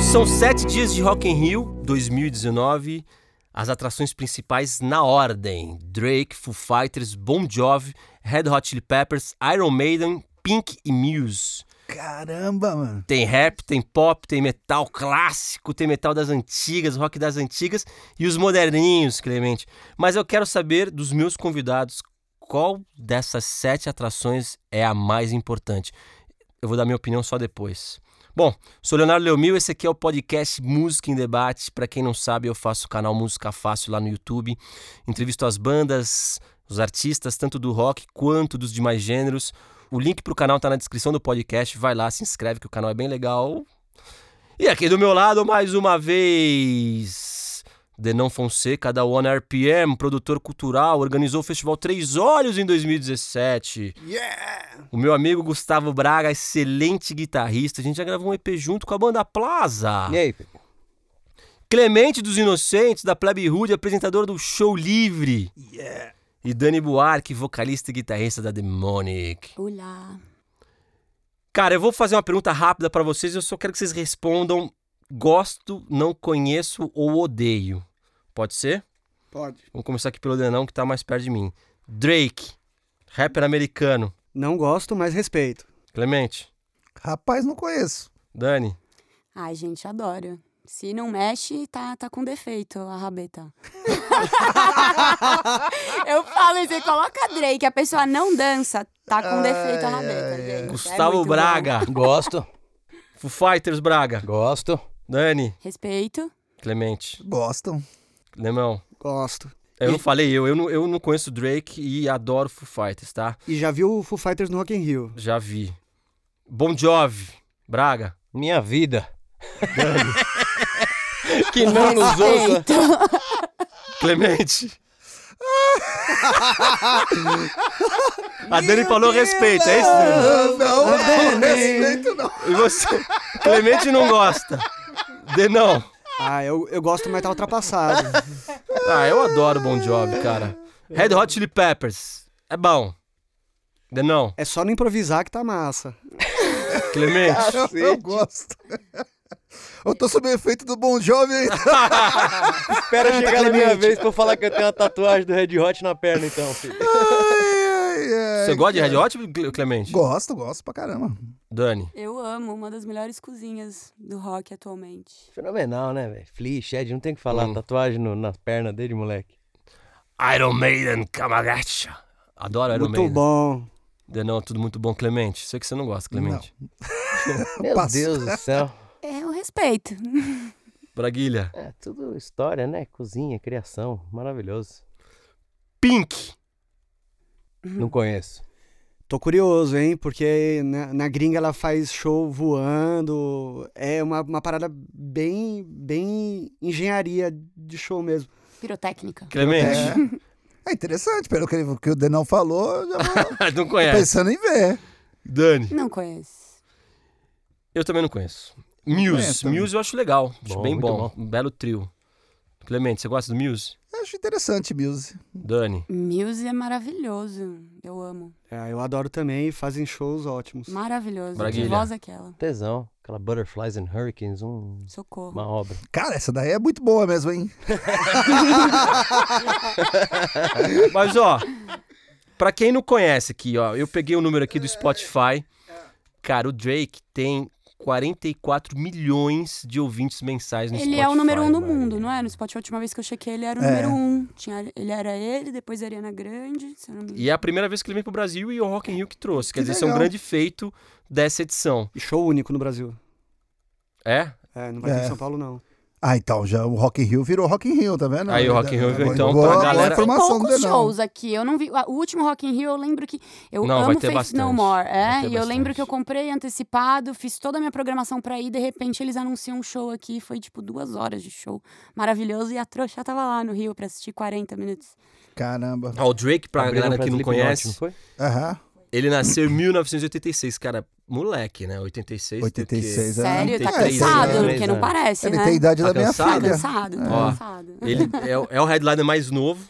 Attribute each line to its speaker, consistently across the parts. Speaker 1: São sete dias de Rock in Rio 2019. As atrações principais na ordem: Drake, Foo Fighters, Bon Jovi, Red Hot Chili Peppers, Iron Maiden, Pink e Muse.
Speaker 2: Caramba, mano.
Speaker 1: Tem rap, tem pop, tem metal clássico, tem metal das antigas, rock das antigas e os moderninhos, Clemente. Mas eu quero saber dos meus convidados qual dessas sete atrações é a mais importante. Eu vou dar minha opinião só depois. Bom, sou Leonardo Leomil, esse aqui é o podcast Música em Debate. Para quem não sabe, eu faço o canal Música Fácil lá no YouTube. Entrevisto as bandas, os artistas, tanto do rock quanto dos demais gêneros. O link pro canal tá na descrição do podcast. Vai lá, se inscreve que o canal é bem legal. E aqui do meu lado, mais uma vez, Denão Fonseca, da One RPM, produtor cultural, organizou o Festival Três Olhos em 2017.
Speaker 2: Yeah!
Speaker 1: O meu amigo Gustavo Braga, excelente guitarrista. A gente já gravou um EP junto com a banda Plaza.
Speaker 2: aí,
Speaker 1: Clemente dos Inocentes, da Plebe Rude, apresentador do Show Livre.
Speaker 2: Yeah!
Speaker 1: E Dani Buarque, vocalista e guitarrista da Demonic.
Speaker 3: Olá.
Speaker 1: Cara, eu vou fazer uma pergunta rápida pra vocês, eu só quero que vocês respondam gosto, não conheço ou odeio. Pode ser?
Speaker 2: Pode.
Speaker 1: Vamos começar aqui pelo Denão, que tá mais perto de mim. Drake, rapper americano.
Speaker 4: Não gosto, mas respeito.
Speaker 1: Clemente,
Speaker 2: Rapaz, não conheço.
Speaker 1: Dani,
Speaker 3: É Ai, gente, adoro. Se não mexe, tá, tá com defeito a rabeta. eu falo isso, você coloca Drake, a pessoa não dança, tá com defeito a
Speaker 2: Ai,
Speaker 3: rabeta,
Speaker 2: ai,
Speaker 3: gente. É
Speaker 1: Gustavo
Speaker 3: muito bom.
Speaker 1: Braga,
Speaker 5: Gosto,
Speaker 1: Foo Fighters Braga,
Speaker 5: gosto.
Speaker 1: Dani,
Speaker 3: Respeito.
Speaker 1: Clemente,
Speaker 2: Gostam.
Speaker 1: Lemão.
Speaker 4: Gosto.
Speaker 1: Eu não falei eu, eu não, eu não conheço Drake e adoro Foo Fighters, tá?
Speaker 4: E já viu o Foo Fighters no Rock in Rio?
Speaker 1: Já vi. Bon Jovi, Braga.
Speaker 5: Minha vida. que
Speaker 1: Tá
Speaker 5: não nos
Speaker 1: né?
Speaker 5: ouça.
Speaker 1: Clemente. A Dani falou respeito, é isso? Dani?
Speaker 2: Ah, Não, não respeito não.
Speaker 1: E você? Clemente não gosta. Denão.
Speaker 4: Ah, eu, eu gosto, mas tá ultrapassado.
Speaker 1: Ah, eu adoro Bon Jovi, cara. Red Hot Chili Peppers. É bom. Denão.
Speaker 4: É só não improvisar que tá massa.
Speaker 1: Clemente.
Speaker 2: Eu gosto. Eu tô sob o efeito do Bom Jovem ainda.
Speaker 5: Espera chegar na minha vez pra eu falar que eu tenho uma tatuagem do Red Hot na perna, então, filho.
Speaker 2: Ai, ai, ai.
Speaker 1: Você gosta de Red Hot, Cle- Clemente?
Speaker 2: Gosto, gosto pra caramba.
Speaker 1: Dani.
Speaker 3: Eu amo, uma das melhores cozinhas do rock atualmente.
Speaker 5: Fenomenal, né, velho? Flea, Shed, não tem o que falar.
Speaker 1: Hum.
Speaker 5: Tatuagem no- na perna dele, moleque.
Speaker 1: Iron Maiden Kamagacha. Adoro Iron
Speaker 4: Muito
Speaker 1: Maiden.
Speaker 4: bom.
Speaker 1: Denão, tudo muito bom, Clemente. Sei que você não gosta, Clemente.
Speaker 5: Meu
Speaker 2: Passo.
Speaker 5: Deus do céu.
Speaker 3: É o respeito.
Speaker 1: Braguilha.
Speaker 5: É tudo história, né? Cozinha, criação. Maravilhoso.
Speaker 1: Pink.
Speaker 5: Não conheço.
Speaker 4: Tô curioso, hein? Porque na, na gringa ela faz show voando. É uma, uma parada bem, bem engenharia de show mesmo.
Speaker 3: Pirotécnica.
Speaker 1: Clemente.
Speaker 2: É interessante, pelo que, ele- que o Denão falou, eu já vou
Speaker 1: não conhece.
Speaker 2: pensando em ver.
Speaker 1: Dani.
Speaker 3: Não conheço.
Speaker 1: Eu também não conheço.
Speaker 2: conheço
Speaker 1: Muse.
Speaker 2: também.
Speaker 1: Muse eu acho legal. acho
Speaker 5: Bom,
Speaker 1: bem
Speaker 5: muito
Speaker 1: bom. Um belo trio. Clemente, você gosta do Muse?
Speaker 2: Eu acho interessante, Muse.
Speaker 1: Dani.
Speaker 3: Muse é maravilhoso. Eu amo.
Speaker 4: É, eu adoro também, fazem shows ótimos.
Speaker 3: Maravilhoso.
Speaker 1: Braguilha.
Speaker 3: Que voz aquela.
Speaker 5: Tesão. Aquela Butterflies and Hurricanes, um-
Speaker 3: Socorro.
Speaker 5: uma obra.
Speaker 2: Cara, essa daí é muito boa mesmo, hein?
Speaker 1: Mas, ó, pra quem não conhece aqui, ó, eu peguei o número aqui do Spotify. Cara, o Drake tem 44 milhões de ouvintes mensais no
Speaker 3: Ele
Speaker 1: Spotify.
Speaker 3: é o número um do
Speaker 1: mano.
Speaker 3: mundo, não é? No Spotify, a última vez que eu chequei, ele era o
Speaker 2: É.
Speaker 3: número um. Tinha, ele era ele, depois a Ariana Grande. Se eu não me engano.
Speaker 1: E é a primeira vez que ele vem pro Brasil e o Rock in Rio que trouxe. Quer
Speaker 2: Que
Speaker 1: dizer, isso é um
Speaker 2: legal.
Speaker 1: grande feito dessa edição.
Speaker 4: E show único no Brasil.
Speaker 1: É?
Speaker 4: É, não vai ter
Speaker 2: É.
Speaker 4: em São Paulo, não.
Speaker 2: Ah, então, já o Rock in Rio virou Rock in Rio, tá vendo?
Speaker 1: Aí o Rock in Rio,
Speaker 2: Agora-
Speaker 1: então,
Speaker 2: agora
Speaker 1: pra
Speaker 2: a
Speaker 1: galera-
Speaker 3: Tem
Speaker 2: informação do
Speaker 3: poucos
Speaker 2: Denão.
Speaker 3: shows aqui. Eu não vi. ah, O último Rock in Rio, eu lembro que. Eu
Speaker 1: Não, vai
Speaker 3: amo
Speaker 1: ter
Speaker 3: Faith
Speaker 1: bastante.
Speaker 3: No More.
Speaker 1: Vai
Speaker 3: É,
Speaker 1: ter
Speaker 3: e eu lembro
Speaker 1: bastante.
Speaker 3: que eu comprei antecipado, fiz toda a minha programação pra ir, de repente eles anunciam um show aqui. Foi tipo duas horas de show. Maravilhoso. E a trouxa tava lá no Rio pra assistir 40 minutos.
Speaker 2: Caramba.
Speaker 1: Ó, o Drake, pra
Speaker 5: Abriram
Speaker 1: galera que não
Speaker 5: Slipknot,
Speaker 1: conhece,
Speaker 5: Não foi?
Speaker 2: Aham.
Speaker 1: Ele nasceu em 1986, cara, moleque, né? 86. do quê?
Speaker 2: 86, Pois é,
Speaker 3: Sério, tá
Speaker 1: 33
Speaker 3: cansado,
Speaker 1: anos.
Speaker 3: porque não
Speaker 5: né?
Speaker 3: parece,
Speaker 2: Ele
Speaker 3: né?
Speaker 2: tem a idade
Speaker 1: Tá
Speaker 2: da minha
Speaker 1: cansado?
Speaker 3: Tá
Speaker 2: filha.
Speaker 3: cansado, tá
Speaker 1: Ó,
Speaker 3: cansado.
Speaker 1: Ele é, é o headliner mais novo.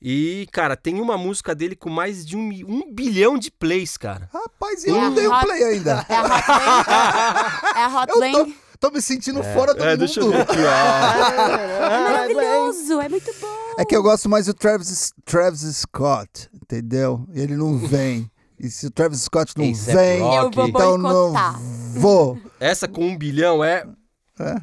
Speaker 1: E, cara, tem uma música dele com mais de um, mi- um bilhão de plays, cara.
Speaker 2: Rapaz, eu
Speaker 3: É
Speaker 2: não dei um
Speaker 3: rock-
Speaker 2: play ainda.
Speaker 3: É a Hotline. é a
Speaker 2: Eu
Speaker 3: Hotline.
Speaker 2: tô, Tô me sentindo fora do
Speaker 1: É,
Speaker 2: mundo.
Speaker 1: deixa eu ver aqui, ó.
Speaker 3: É maravilhoso, é muito bom.
Speaker 2: É que eu gosto mais do Travis, Travis Scott, entendeu? Ele não vem. E se o Travis Scott não
Speaker 1: Isso é
Speaker 2: vem,
Speaker 1: rock.
Speaker 3: Hum. Eu vou
Speaker 2: então não
Speaker 3: boicotar.
Speaker 2: vou.
Speaker 1: Essa com um bilhão é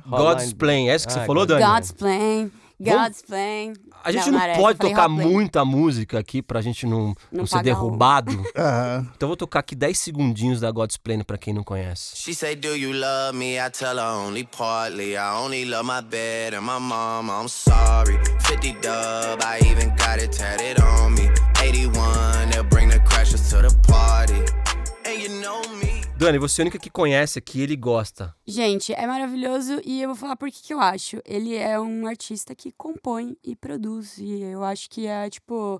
Speaker 1: God's Plan. É isso que você
Speaker 5: Ah,
Speaker 1: falou, Dani?
Speaker 3: God's plan, God's plan.
Speaker 1: A gente não,
Speaker 3: Maré, eu
Speaker 1: pode
Speaker 3: falei
Speaker 1: tocar
Speaker 3: Hotline.
Speaker 1: muita música aqui pra gente não, não,
Speaker 3: Não
Speaker 1: ser
Speaker 3: pagar o-
Speaker 1: derrubado.
Speaker 2: Aham.
Speaker 1: Então eu vou tocar aqui 10 segundinhos da God's Plan pra quem não conhece.
Speaker 6: She say, Do you love me? I tell her only partly. I only love my bed and my mom. I'm sorry. 50 dub, I even got it tatted on me. 81, they'll bring the crashers to the party. And you know me.
Speaker 1: Dani, você é a única que conhece aqui, ele gosta.
Speaker 3: Gente, é maravilhoso e eu vou falar por que que eu acho. Ele é um artista que compõe e produz. E eu acho que é, tipo,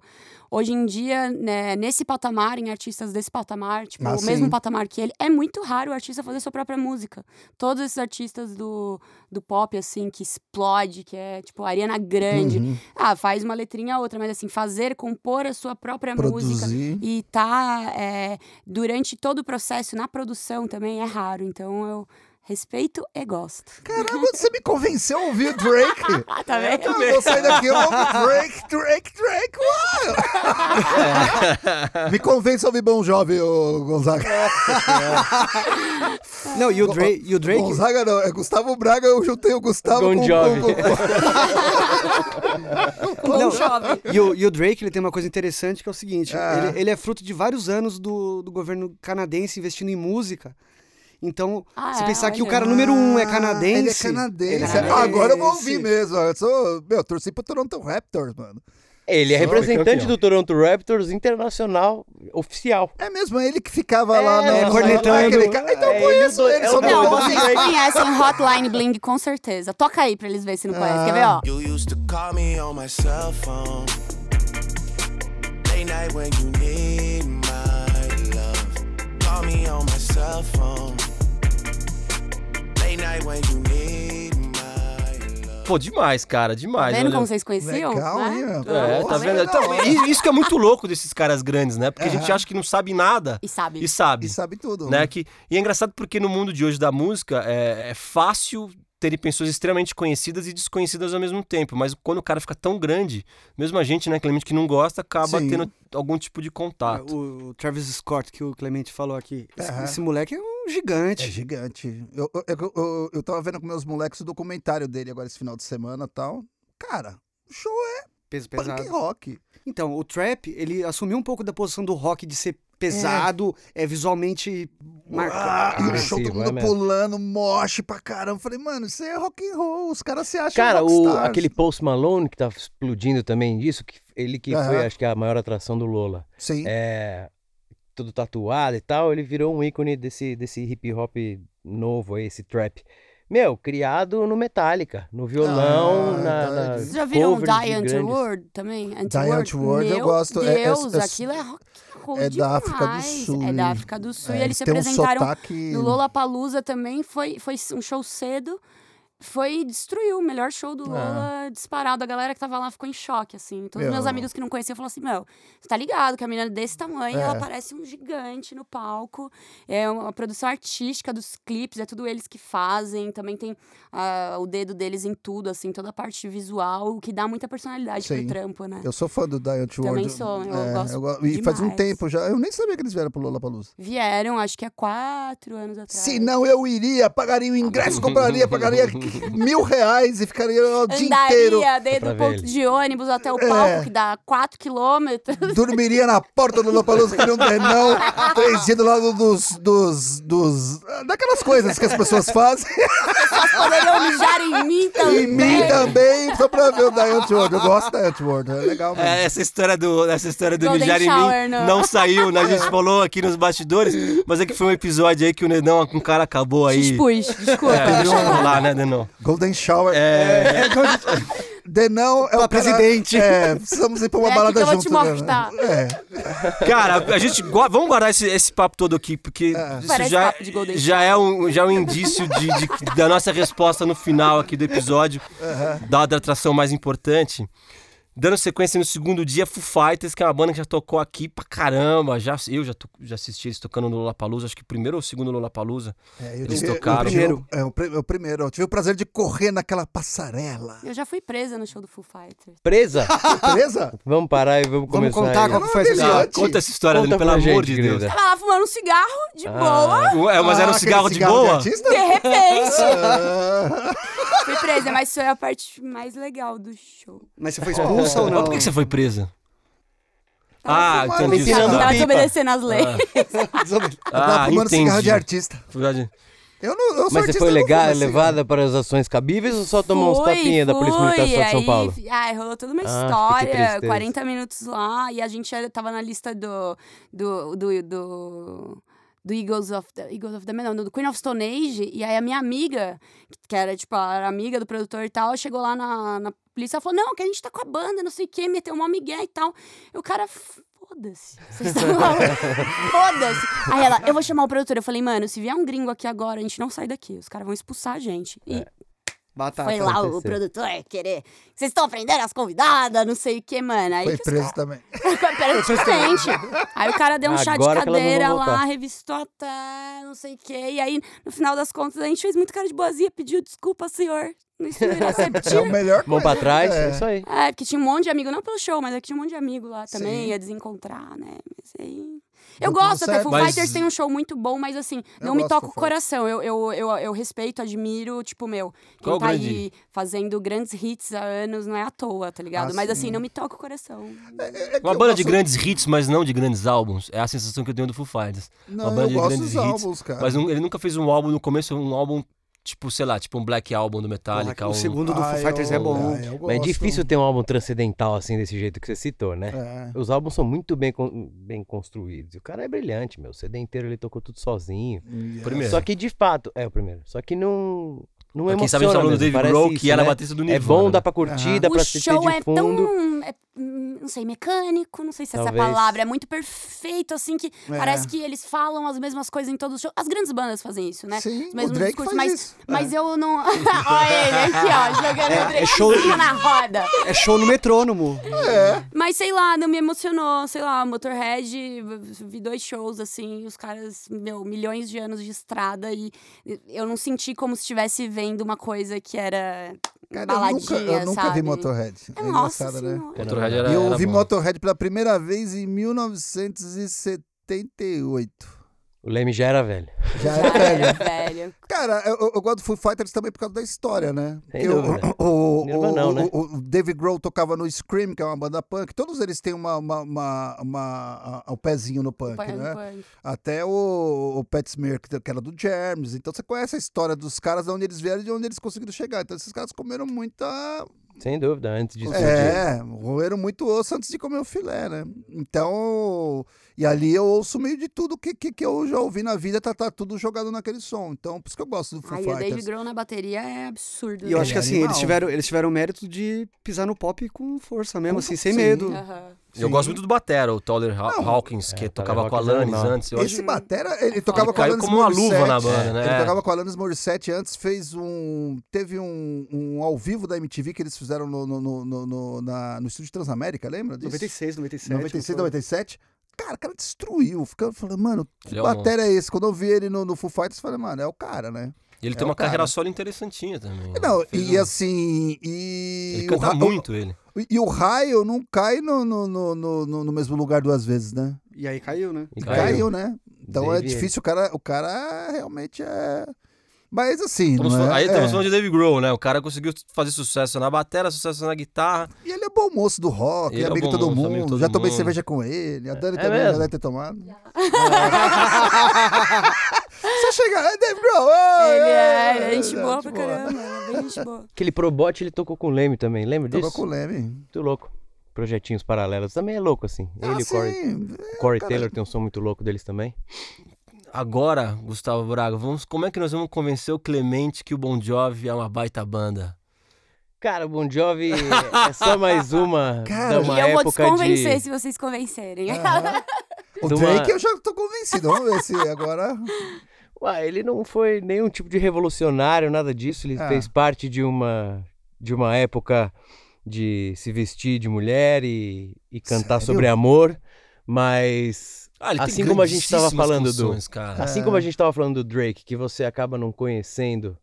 Speaker 3: hoje em dia, né, nesse patamar, em artistas desse patamar, tipo,
Speaker 2: Ah,
Speaker 3: o mesmo
Speaker 2: sim.
Speaker 3: patamar que ele, é muito raro o artista fazer sua própria música. Todos esses artistas do, do pop, assim, que explode, que é, tipo, Ariana Grande.
Speaker 2: Uhum.
Speaker 3: Ah, faz uma letrinha a outra, mas assim, fazer, compor a sua própria música
Speaker 2: Produzir.
Speaker 3: e tá é, durante todo o processo na produção também é raro. Então eu respeito e gosto.
Speaker 2: Caramba, você me convenceu a ouvir o Drake.
Speaker 3: Ah, tá vendo?
Speaker 2: Eu vou sair daqui, eu ouvo Drake, Drake, Drake. uau! me convence a ouvir Bom Jovem, ô Gonzaga.
Speaker 4: Não, e o, Dra e o Drake.
Speaker 2: Gonzaga não, é Gustavo Braga, eu juntei o Gustavo
Speaker 5: Bon
Speaker 2: com,
Speaker 5: Jovi.
Speaker 2: com, com-
Speaker 4: Não, e, o, e o Drake ele tem uma coisa interessante que é o seguinte:
Speaker 2: Ah.
Speaker 4: ele, ele é fruto de vários anos do, do governo canadense investindo em música. Então,
Speaker 3: Ah,
Speaker 4: se
Speaker 3: é,
Speaker 4: pensar que o
Speaker 3: olha.
Speaker 4: cara número um é canadense.
Speaker 2: Ele é canadense.
Speaker 4: ele é
Speaker 3: canadense.
Speaker 2: Agora eu vou ouvir mesmo. Eu sou, meu, torci pro Toronto Raptors, mano.
Speaker 5: Ele é
Speaker 1: Foi
Speaker 5: representante
Speaker 1: campeão.
Speaker 5: do Toronto Raptors internacional oficial.
Speaker 2: É mesmo, é ele que ficava lá
Speaker 5: É,
Speaker 2: no- no...
Speaker 4: cornetando.
Speaker 2: naquele ca- Então
Speaker 5: É,
Speaker 2: eu conheço
Speaker 5: ele
Speaker 2: ele,
Speaker 5: é o
Speaker 2: só não
Speaker 5: doido.
Speaker 3: Não,
Speaker 2: vou ouvir.
Speaker 3: vocês conhecem Hotline Bling com certeza. Toca aí pra eles verem se não conhece. Quer ver, ó?
Speaker 6: You used to call me on my cell phone. Late night when you need my love. Call me on my cell phone. Late night when you need my love.
Speaker 1: Pô, demais, cara, demais.
Speaker 3: Tá Vendo
Speaker 1: olha.
Speaker 3: como vocês conheciam?
Speaker 2: Ah, Legal,
Speaker 3: né?
Speaker 1: É,
Speaker 2: hein?
Speaker 1: tá
Speaker 2: Nossa,
Speaker 1: vendo?
Speaker 2: legal,
Speaker 1: Então,
Speaker 2: hein?
Speaker 1: i- isso que é muito louco desses caras grandes, né? Porque a gente acha que não sabe nada
Speaker 3: E sabe.
Speaker 1: e sabe.
Speaker 2: E sabe tudo.
Speaker 1: né? Que, e é engraçado porque no mundo de hoje da música é, é fácil terem pessoas extremamente conhecidas e desconhecidas ao mesmo tempo. Mas quando o cara fica tão grande, mesmo a gente, né, Clemente, que não gosta, acaba
Speaker 2: Sim.
Speaker 1: tendo algum tipo de contato.
Speaker 4: Ah, O Travis Scott, que o Clemente falou aqui. Esse,
Speaker 2: Aham.
Speaker 4: esse moleque é um
Speaker 2: É
Speaker 4: gigante.
Speaker 2: gigante. Eu, eu, eu- eu, eu tava vendo com meus moleques o documentário dele agora esse final de semana e tal. Cara, o show é
Speaker 4: peso
Speaker 2: punk
Speaker 4: pesado.
Speaker 2: rock.
Speaker 4: Então, o trap, ele assumiu um pouco da posição do rock de ser pesado, é, visualmente
Speaker 2: Ah,
Speaker 4: marcado.
Speaker 2: e o show todo
Speaker 5: agressivo,
Speaker 2: mundo
Speaker 5: é mesmo.
Speaker 2: pulando, moche pra caramba. Falei, mano, isso é rock and roll. Os caras se acham
Speaker 5: Cara, o,
Speaker 2: rockstars.
Speaker 5: aquele Post Malone que tá explodindo também disso, que ele que foi,
Speaker 2: Aham.
Speaker 5: acho que, a maior atração do Lola.
Speaker 2: Sim.
Speaker 5: É. Tudo tatuado e tal, ele virou um ícone desse, desse hip hop novo aí, esse trap. Meu, criado no Metallica, no
Speaker 2: Ah,
Speaker 5: violão, na, na.
Speaker 2: verdade.
Speaker 3: Vocês já viram
Speaker 5: covers de
Speaker 3: Die
Speaker 5: grandes-
Speaker 3: Antwoord também?
Speaker 2: Die Antwoord eu
Speaker 3: Meu
Speaker 2: gosto. É- é-
Speaker 3: Deus,
Speaker 2: é-
Speaker 3: aquilo é rock and roll
Speaker 2: é da África do
Speaker 3: demais.
Speaker 2: Sul.
Speaker 3: É da África do Sul.
Speaker 2: É,
Speaker 3: e eles se
Speaker 2: tem um
Speaker 3: apresentaram
Speaker 2: sotaque-
Speaker 3: No Lollapalooza também foi, foi um show cedo. Foi, destruiu o melhor show
Speaker 2: Ah.
Speaker 3: do Lola disparado. A galera que tava lá ficou em choque, assim. Todos
Speaker 2: Meu.
Speaker 3: meus amigos que não conheciam falaram assim: Meu, você tá ligado que a menina desse tamanho,
Speaker 2: É.
Speaker 3: ela parece um gigante no palco. É uma produção artística dos clipes, é tudo eles que fazem. Também tem ah, o dedo deles em tudo, assim, toda a parte visual, o que dá muita personalidade
Speaker 2: Sim.
Speaker 3: pro trampo, né?
Speaker 2: Eu sou fã do Die Antwoord.
Speaker 3: Também sou, eu gosto
Speaker 2: go- E faz um
Speaker 3: demais.
Speaker 2: tempo já. Eu nem sabia que eles vieram pro Lollapalooza.
Speaker 3: Vieram, acho que há quatro anos atrás.
Speaker 2: Se não, eu iria, pagaria o ingresso, compraria, pagaria mil reais e ficaria lá o dia inteiro.
Speaker 3: Andaria
Speaker 5: pra
Speaker 3: desde o
Speaker 5: ver
Speaker 3: ponto
Speaker 5: ele.
Speaker 3: de ônibus até o palco, que dá 4 quilômetros.
Speaker 2: Dormiria na porta do Lollapalooza que não tem não. Três dias do lado dos, dos, dos... Daquelas coisas que as pessoas fazem.
Speaker 3: Poderiam mijar em mim também.
Speaker 2: E mim também, só pra ver o Diant World. Eu gosto da Diant World, é legal mesmo.
Speaker 1: É, essa história do, essa história do
Speaker 3: Hum. Golden
Speaker 1: mijar em mim
Speaker 3: shower, não.
Speaker 1: não saiu, né? A gente falou aqui nos bastidores, mas é que foi um episódio aí que o Nenão com o cara acabou
Speaker 3: Te
Speaker 1: aí.
Speaker 3: expus, desculpa.
Speaker 1: É, teve um lá, né, Nenão?
Speaker 2: Golden Shower.
Speaker 1: É,
Speaker 2: Denão é o cara-
Speaker 4: presidente.
Speaker 2: É, precisamos ir pra uma
Speaker 3: É aqui
Speaker 2: balada
Speaker 3: que eu vou
Speaker 2: junto.
Speaker 3: te
Speaker 2: né?
Speaker 3: mostrar.
Speaker 2: É.
Speaker 1: Cara, a gente. gua- Vamos guardar esse, esse papo todo aqui, porque isso
Speaker 3: Parece
Speaker 1: já,
Speaker 3: papo de Golden
Speaker 1: já, é um, já é um indício de, de- da nossa resposta no final aqui do episódio, da, da atração mais importante. Dando sequência no segundo dia, Foo Fighters, que é uma banda que já tocou aqui pra caramba. Já, eu já, to- já assisti eles tocando no Lollapalooza, acho que o primeiro ou o segundo Lollapalooza.
Speaker 2: É, eu
Speaker 1: Eles
Speaker 2: tive- eu
Speaker 1: tocaram.
Speaker 2: tive- é, o, pri- o primeiro. Eu tive o prazer de correr naquela passarela.
Speaker 3: Eu já fui presa no show do Foo Fighters.
Speaker 5: Presa!
Speaker 2: Beleza?
Speaker 5: Vamos parar e vamos
Speaker 4: Vamos
Speaker 5: começar
Speaker 4: contar
Speaker 5: aí.
Speaker 4: qual que é foi essa
Speaker 2: Não,
Speaker 4: história.
Speaker 2: Filhote.
Speaker 1: conta essa história,
Speaker 5: Conta
Speaker 1: Dani, pelo
Speaker 5: pra
Speaker 1: amor
Speaker 5: gente,
Speaker 1: de Deus.
Speaker 5: querida.
Speaker 3: Tava lá fumando um cigarro
Speaker 5: Ah.
Speaker 3: de boa.
Speaker 1: Ué, mas era um
Speaker 2: Ah,
Speaker 1: cigarro
Speaker 2: aquele
Speaker 1: de boa?
Speaker 2: De artista?
Speaker 3: De repente,
Speaker 2: Ah,
Speaker 3: fui presa, mas foi a parte mais legal do show.
Speaker 4: Mas você foi expulsa ou
Speaker 1: Mas
Speaker 4: não?
Speaker 1: por que que você foi presa? ah,
Speaker 2: fumando
Speaker 1: entendi.
Speaker 2: cigarro.
Speaker 1: isso.
Speaker 5: Tirando
Speaker 3: Tava
Speaker 5: pipa. Ah.
Speaker 3: desobedecendo as leis.
Speaker 2: eu tava
Speaker 1: Ah,
Speaker 2: fumando
Speaker 1: entendi.
Speaker 2: cigarro de artista.
Speaker 1: Verdade.
Speaker 2: Eu não eu sou
Speaker 5: Mas você
Speaker 2: artista,
Speaker 5: foi
Speaker 2: eu não
Speaker 5: legal,
Speaker 2: fumo assim. cigarro.
Speaker 5: levada para as ações cabíveis ou só tomou uns
Speaker 3: Fui,
Speaker 5: tapinhas da Polícia Militar do
Speaker 3: fui,
Speaker 5: Estado de São
Speaker 3: aí,
Speaker 5: Paulo?
Speaker 3: fi- Ai, rolou toda uma
Speaker 5: Ah, que
Speaker 3: história,
Speaker 5: tristeza.
Speaker 3: 40 minutos lá, e a gente era- tava na lista do. do. do. do, do Eagles of the. Eagles of the Man, não, do Queen of Stone Age, e aí a minha amiga, que era, tipo, era amiga do produtor e tal, chegou lá na, na polícia e falou: não, que a gente tá com a banda, não sei o quê, meteu uma migué e tal. E o cara. Foda-se. Vocês estão malucos. Foda-se. Aí ela, eu vou chamar o produtor. Eu falei, mano, se vier um gringo aqui agora, a gente não sai daqui. Os caras vão expulsar a gente. E
Speaker 4: Batata.
Speaker 5: tá,
Speaker 3: foi lá o
Speaker 5: aconteceu.
Speaker 3: produtor querer. Vocês estão prendendo as convidadas, não sei o que, mano. Aí
Speaker 2: Foi
Speaker 3: que tá. os
Speaker 2: preso também.
Speaker 3: caras- praticamente. Aí o cara deu um chá de
Speaker 5: Agora que elas não vão
Speaker 3: cadeira lá,
Speaker 5: voltar.
Speaker 3: revistou até, não sei o que. E aí, no final das contas, a gente fez muito cara de boazinha, pediu desculpa, senhor. Isso não era
Speaker 2: É o
Speaker 3: certinho.
Speaker 2: melhor
Speaker 5: Mão
Speaker 2: coisa.
Speaker 5: para trás,
Speaker 2: É.
Speaker 5: isso aí.
Speaker 3: É, porque tinha um monte de amigo, não pelo show, mas é que tinha um monte de amigo lá também,
Speaker 2: Sim.
Speaker 3: ia desencontrar, né? Mas aí. Eu
Speaker 2: tudo
Speaker 3: gosto até,
Speaker 2: certo.
Speaker 3: Foo
Speaker 1: Mas-
Speaker 3: Fighters tem um show muito bom, mas assim,
Speaker 2: Eu
Speaker 3: não me
Speaker 2: gosto
Speaker 3: toca
Speaker 2: do
Speaker 3: o
Speaker 2: Foo Fighters.
Speaker 3: coração. Eu, eu, eu, eu respeito, admiro, tipo, meu, quem
Speaker 1: Qual o
Speaker 3: tá
Speaker 1: grande-
Speaker 3: aí fazendo grandes hits há anos não é à toa, tá ligado?
Speaker 2: Ah,
Speaker 3: mas
Speaker 2: sim.
Speaker 3: assim, não me toca o coração.
Speaker 2: É- é que
Speaker 1: Uma
Speaker 2: eu
Speaker 1: banda de
Speaker 2: gosto-
Speaker 1: grandes hits, mas não de grandes álbuns. É a sensação que eu tenho do Foo Fighters. uma
Speaker 2: Não,
Speaker 1: banda
Speaker 2: eu
Speaker 1: de
Speaker 2: gosto
Speaker 1: grandes
Speaker 2: dos
Speaker 1: hits,
Speaker 2: álbuns, cara.
Speaker 1: Mas um- ele nunca fez um álbum no começo, um álbum tipo, sei lá, tipo um Black Album do Metallica.
Speaker 4: O
Speaker 1: um-
Speaker 4: segundo do
Speaker 2: Ah,
Speaker 4: Foo Fighters
Speaker 2: eu-
Speaker 4: é bom.
Speaker 2: ah, eu
Speaker 5: Mas é
Speaker 2: gosto.
Speaker 5: difícil ter um álbum transcendental assim, desse jeito que você citou, né?
Speaker 2: É.
Speaker 5: Os álbuns são muito bem, con- bem construídos. E o cara é brilhante, meu. O CD inteiro ele tocou tudo sozinho.
Speaker 2: Yeah.
Speaker 1: Primeiro.
Speaker 5: Só que de fato, é o primeiro. Só que não. Não
Speaker 1: Pra
Speaker 5: é
Speaker 1: quem sabe a gente tá falando do Dave Grohl, que era batista do
Speaker 5: É
Speaker 1: Nirvana.
Speaker 5: bom, dá
Speaker 1: né?
Speaker 5: pra curtir,
Speaker 2: Aham.
Speaker 5: dá pra
Speaker 3: o
Speaker 5: assistir
Speaker 3: show é
Speaker 5: de fundo.
Speaker 3: tão. é, hum, não sei, mecânico, não sei se essa
Speaker 5: Talvez.
Speaker 3: palavra é muito perfeito, assim, que
Speaker 2: É.
Speaker 3: parece que eles falam as mesmas coisas em todos os shows. As grandes bandas fazem isso, né?
Speaker 2: Sim,
Speaker 3: Os
Speaker 2: o
Speaker 3: mesmos
Speaker 2: Drake
Speaker 3: discursos,
Speaker 2: faz
Speaker 3: mas,
Speaker 2: isso. É.
Speaker 3: mas eu não. Olha ele aqui, ó, jogando
Speaker 4: É,
Speaker 3: o Drake
Speaker 4: é show-
Speaker 3: em cima na roda.
Speaker 4: É show no metrônomo.
Speaker 3: Mas sei lá, não me emocionou. Sei lá, Motorhead, vi dois shows assim, os caras, meu, milhões de anos de estrada e eu não senti como se estivesse vendo uma coisa que era
Speaker 2: Cara, eu
Speaker 3: baladinha,
Speaker 2: nunca, eu nunca
Speaker 3: sabe?
Speaker 2: vi Motorhead. É,
Speaker 3: Nossa
Speaker 2: engraçado, né?
Speaker 3: senhora.
Speaker 1: Motorhead era-
Speaker 2: eu
Speaker 1: era
Speaker 2: vi
Speaker 1: bom.
Speaker 2: Motorhead pela primeira vez em 1978.
Speaker 5: O Leme já era velho.
Speaker 2: Já
Speaker 3: Já
Speaker 2: era
Speaker 3: era
Speaker 2: velho.
Speaker 3: velho.
Speaker 2: Cara, eu, eu- eu gosto do Foo Fighters também por causa da história, né?
Speaker 5: Sem
Speaker 2: Eu-
Speaker 5: dúvida.
Speaker 2: o, o,
Speaker 5: Nirvana não,
Speaker 2: o-
Speaker 5: né?
Speaker 2: o- o David Grohl tocava no Scream, que é uma banda punk. Todos eles têm uma, uma, uma, uma- a- o pezinho no punk,
Speaker 3: Punk,
Speaker 2: né?
Speaker 3: punk.
Speaker 2: Até o, o Pat Smear, que que era do Germs. Então você conhece a história dos caras, de onde eles vieram e de onde eles conseguiram chegar. Então esses caras comeram muita,
Speaker 5: Sem dúvida, antes disso.
Speaker 2: é, roeram muito osso antes de comer o filé, né? Então, e ali eu ouço meio de tudo que, que, que eu já ouvi na vida, tá, tá tudo jogado naquele som. Então, por isso que eu gosto do Foo
Speaker 1: é
Speaker 3: Aí o Dave
Speaker 2: Fighters.
Speaker 3: Grohl na bateria é absurdo.
Speaker 4: E eu
Speaker 3: né?
Speaker 4: acho que assim,
Speaker 2: animal.
Speaker 4: eles tiveram, eles tiveram o mérito de pisar no pop com força mesmo,
Speaker 2: Com-
Speaker 4: assim, sem
Speaker 2: sim.
Speaker 4: medo.
Speaker 3: Aham.
Speaker 1: Eu gosto muito do Batera, o Toller Haw-
Speaker 2: Não.
Speaker 1: Hawkins, que
Speaker 5: É,
Speaker 1: tocava
Speaker 5: Tyler
Speaker 1: com a
Speaker 5: Hawkins é
Speaker 1: Alanis
Speaker 5: animal.
Speaker 1: antes. Eu acho
Speaker 2: Esse batera, ele tocava
Speaker 1: Ele
Speaker 2: com a
Speaker 1: caiu
Speaker 2: Alanis
Speaker 1: como uma
Speaker 2: Morissette.
Speaker 1: luva na banda, né?
Speaker 2: Ele tocava com a Alanis Morissette antes, fez um... Teve um, um ao vivo da MTV que eles fizeram no, no, no, no, no, na- no estúdio Transamérica, lembra disso?
Speaker 4: 96, 97.
Speaker 2: 96,
Speaker 4: não foi?
Speaker 2: 97. Cara, o cara destruiu. Ficando falando, mano, que
Speaker 1: Ele é um
Speaker 2: batera é esse? Quando eu vi ele no, no Foo Fighters, eu falei, mano, é o cara, né?
Speaker 1: ele
Speaker 2: É
Speaker 1: tem
Speaker 2: o
Speaker 1: uma
Speaker 2: cara.
Speaker 1: carreira solo interessantinha também.
Speaker 2: É, Não,
Speaker 1: Fez
Speaker 2: e
Speaker 1: um-
Speaker 2: assim. E
Speaker 1: Ele
Speaker 2: o
Speaker 1: canta
Speaker 2: ra-
Speaker 1: muito, ele.
Speaker 2: o- e o raio não cai no, no, no, no, no- no mesmo lugar duas vezes, né?
Speaker 4: E aí caiu, né?
Speaker 5: E
Speaker 2: Caiu,
Speaker 5: caiu.
Speaker 2: né? Então é
Speaker 5: Dave-
Speaker 2: difícil, o cara, o cara realmente é. Mas assim.
Speaker 1: Estamos
Speaker 2: não é-
Speaker 1: falando- aí estamos
Speaker 2: é.
Speaker 1: falando de Dave Grohl, né? O cara conseguiu fazer sucesso na batera, sucesso na guitarra.
Speaker 2: E ele é bom moço do rock,
Speaker 1: Ele
Speaker 2: ele é
Speaker 1: é
Speaker 2: amigo de
Speaker 1: bom
Speaker 2: todo
Speaker 1: moço,
Speaker 2: mundo.
Speaker 1: amigo de
Speaker 2: já
Speaker 1: todo
Speaker 2: tomei
Speaker 1: mundo.
Speaker 2: cerveja com ele. A Dani
Speaker 5: é
Speaker 2: também já
Speaker 5: mesmo?
Speaker 2: deve ter tomado. Só chega. "Ai, Dave Grohl, oi,
Speaker 3: Ele
Speaker 2: oi,
Speaker 3: é
Speaker 2: oi".
Speaker 3: gente boa pra caramba. ele é Bem gente boa.
Speaker 5: Aquele Probot ele tocou com o Leme também, lembra disso?
Speaker 2: Tocou com o Leme.
Speaker 5: Muito louco. Projetinhos paralelos também é louco assim.
Speaker 2: Ah,
Speaker 5: ele e o Corey,
Speaker 2: sim.
Speaker 5: Corey
Speaker 2: cara.
Speaker 5: Taylor tem um som muito louco deles também.
Speaker 1: Agora, Gustavo Braga, vamos, como é que nós vamos convencer o Clemente que o Bon Jovi é uma baita banda?
Speaker 5: Cara, o Bon Jovi é só mais uma
Speaker 2: Cara,
Speaker 5: da uma
Speaker 3: e eu vou
Speaker 5: época
Speaker 3: desconvencer
Speaker 5: de
Speaker 3: se vocês convencerem. É
Speaker 2: Aham. O
Speaker 5: De uma-
Speaker 2: Drake eu já tô convencido. Vamos ver se agora.
Speaker 5: Ué, ele não foi nenhum tipo de revolucionário, nada disso. Ele
Speaker 2: Ah.
Speaker 5: fez parte de uma de uma época de se vestir de mulher e, e cantar
Speaker 2: Sério?
Speaker 5: sobre amor, mas
Speaker 1: Ah, ele
Speaker 5: Assim como a gente tava
Speaker 1: estava
Speaker 5: falando do-
Speaker 1: Cara.
Speaker 5: assim como a gente tava falando do Drake, que você acaba não conhecendo,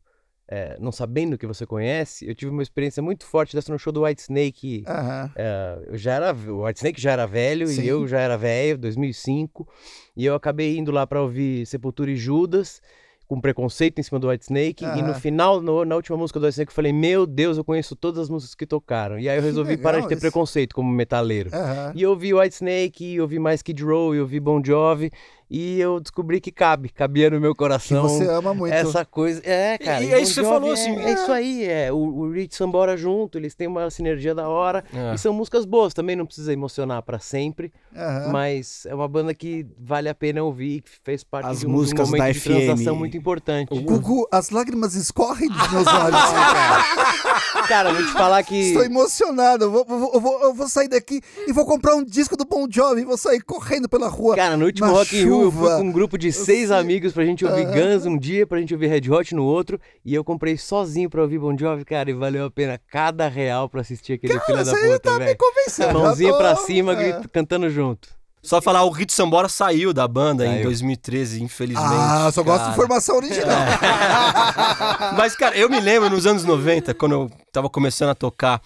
Speaker 5: é, não sabendo o que você conhece, eu tive uma experiência muito forte dessa no show do Whitesnake.
Speaker 2: Aham.
Speaker 5: É. Eu já era, o Whitesnake já era velho
Speaker 2: Sim.
Speaker 5: e eu já era velho, 2005, e eu acabei indo lá pra ouvir Sepultura e Judas com preconceito em cima do Whitesnake e no
Speaker 2: Aham.
Speaker 5: final, no- na última música do Whitesnake, eu falei: "Meu Deus, eu conheço todas as músicas que tocaram". E aí eu
Speaker 2: Que
Speaker 5: resolvi parar de
Speaker 2: legal
Speaker 5: ter
Speaker 2: isso.
Speaker 5: preconceito como metaleiro.
Speaker 2: Aham.
Speaker 5: E eu ouvi Whitesnake, e eu ouvi mais Kid Row, e eu ouvi Bon Jovi, e eu descobri que cabe, cabia no meu
Speaker 2: Que
Speaker 5: coração.
Speaker 2: você ama muito.
Speaker 5: Então, Essa coisa. É, cara.
Speaker 1: e
Speaker 5: e
Speaker 1: é isso que você
Speaker 5: Bon Jovi
Speaker 1: falou,
Speaker 5: é-
Speaker 1: assim,
Speaker 2: "Ah."
Speaker 5: É, isso aí, é. O, o Rich Sambora junto, eles têm uma sinergia da hora.
Speaker 1: É.
Speaker 5: E são músicas boas, também não precisa emocionar pra sempre,
Speaker 2: Aham.
Speaker 5: mas é uma banda que vale a pena ouvir, que fez parte
Speaker 4: As
Speaker 5: de um, de um
Speaker 4: músicas
Speaker 5: momento
Speaker 4: da
Speaker 5: de transação
Speaker 4: FM.
Speaker 5: muito importante.
Speaker 2: Gugu, as lágrimas escorrem dos meus
Speaker 5: Ah,
Speaker 2: olhos. cara.
Speaker 5: Cara, vou te falar que.
Speaker 2: Estou emocionado. Eu vou, vou- eu vou- eu vou sair daqui e vou comprar um disco do Bon Jovi e vou sair correndo pela rua.
Speaker 5: Cara, no último
Speaker 2: na
Speaker 5: Rock in Rio eu fui
Speaker 2: chuva.
Speaker 5: com um grupo de seis amigos pra gente ouvir Guns um dia, pra gente ouvir Red Hot no outro, e eu comprei sozinho pra ouvir Bon Jovi, cara, e valeu a pena cada real pra assistir aquele filho da
Speaker 2: você
Speaker 5: puta,
Speaker 2: tá me
Speaker 5: velho.
Speaker 2: convencendo.
Speaker 5: Mãozinha
Speaker 2: Eu tô-
Speaker 5: pra cima,
Speaker 2: é.
Speaker 5: grito- cantando junto.
Speaker 1: Só falar, o Rit Sambora é saiu da banda em
Speaker 5: Saiu.
Speaker 1: 2013, infelizmente.
Speaker 2: Ah, só gosto
Speaker 1: cara.
Speaker 2: de formação original.
Speaker 5: É.
Speaker 1: Mas, cara, eu me lembro nos anos 90, quando eu tava começando a tocar,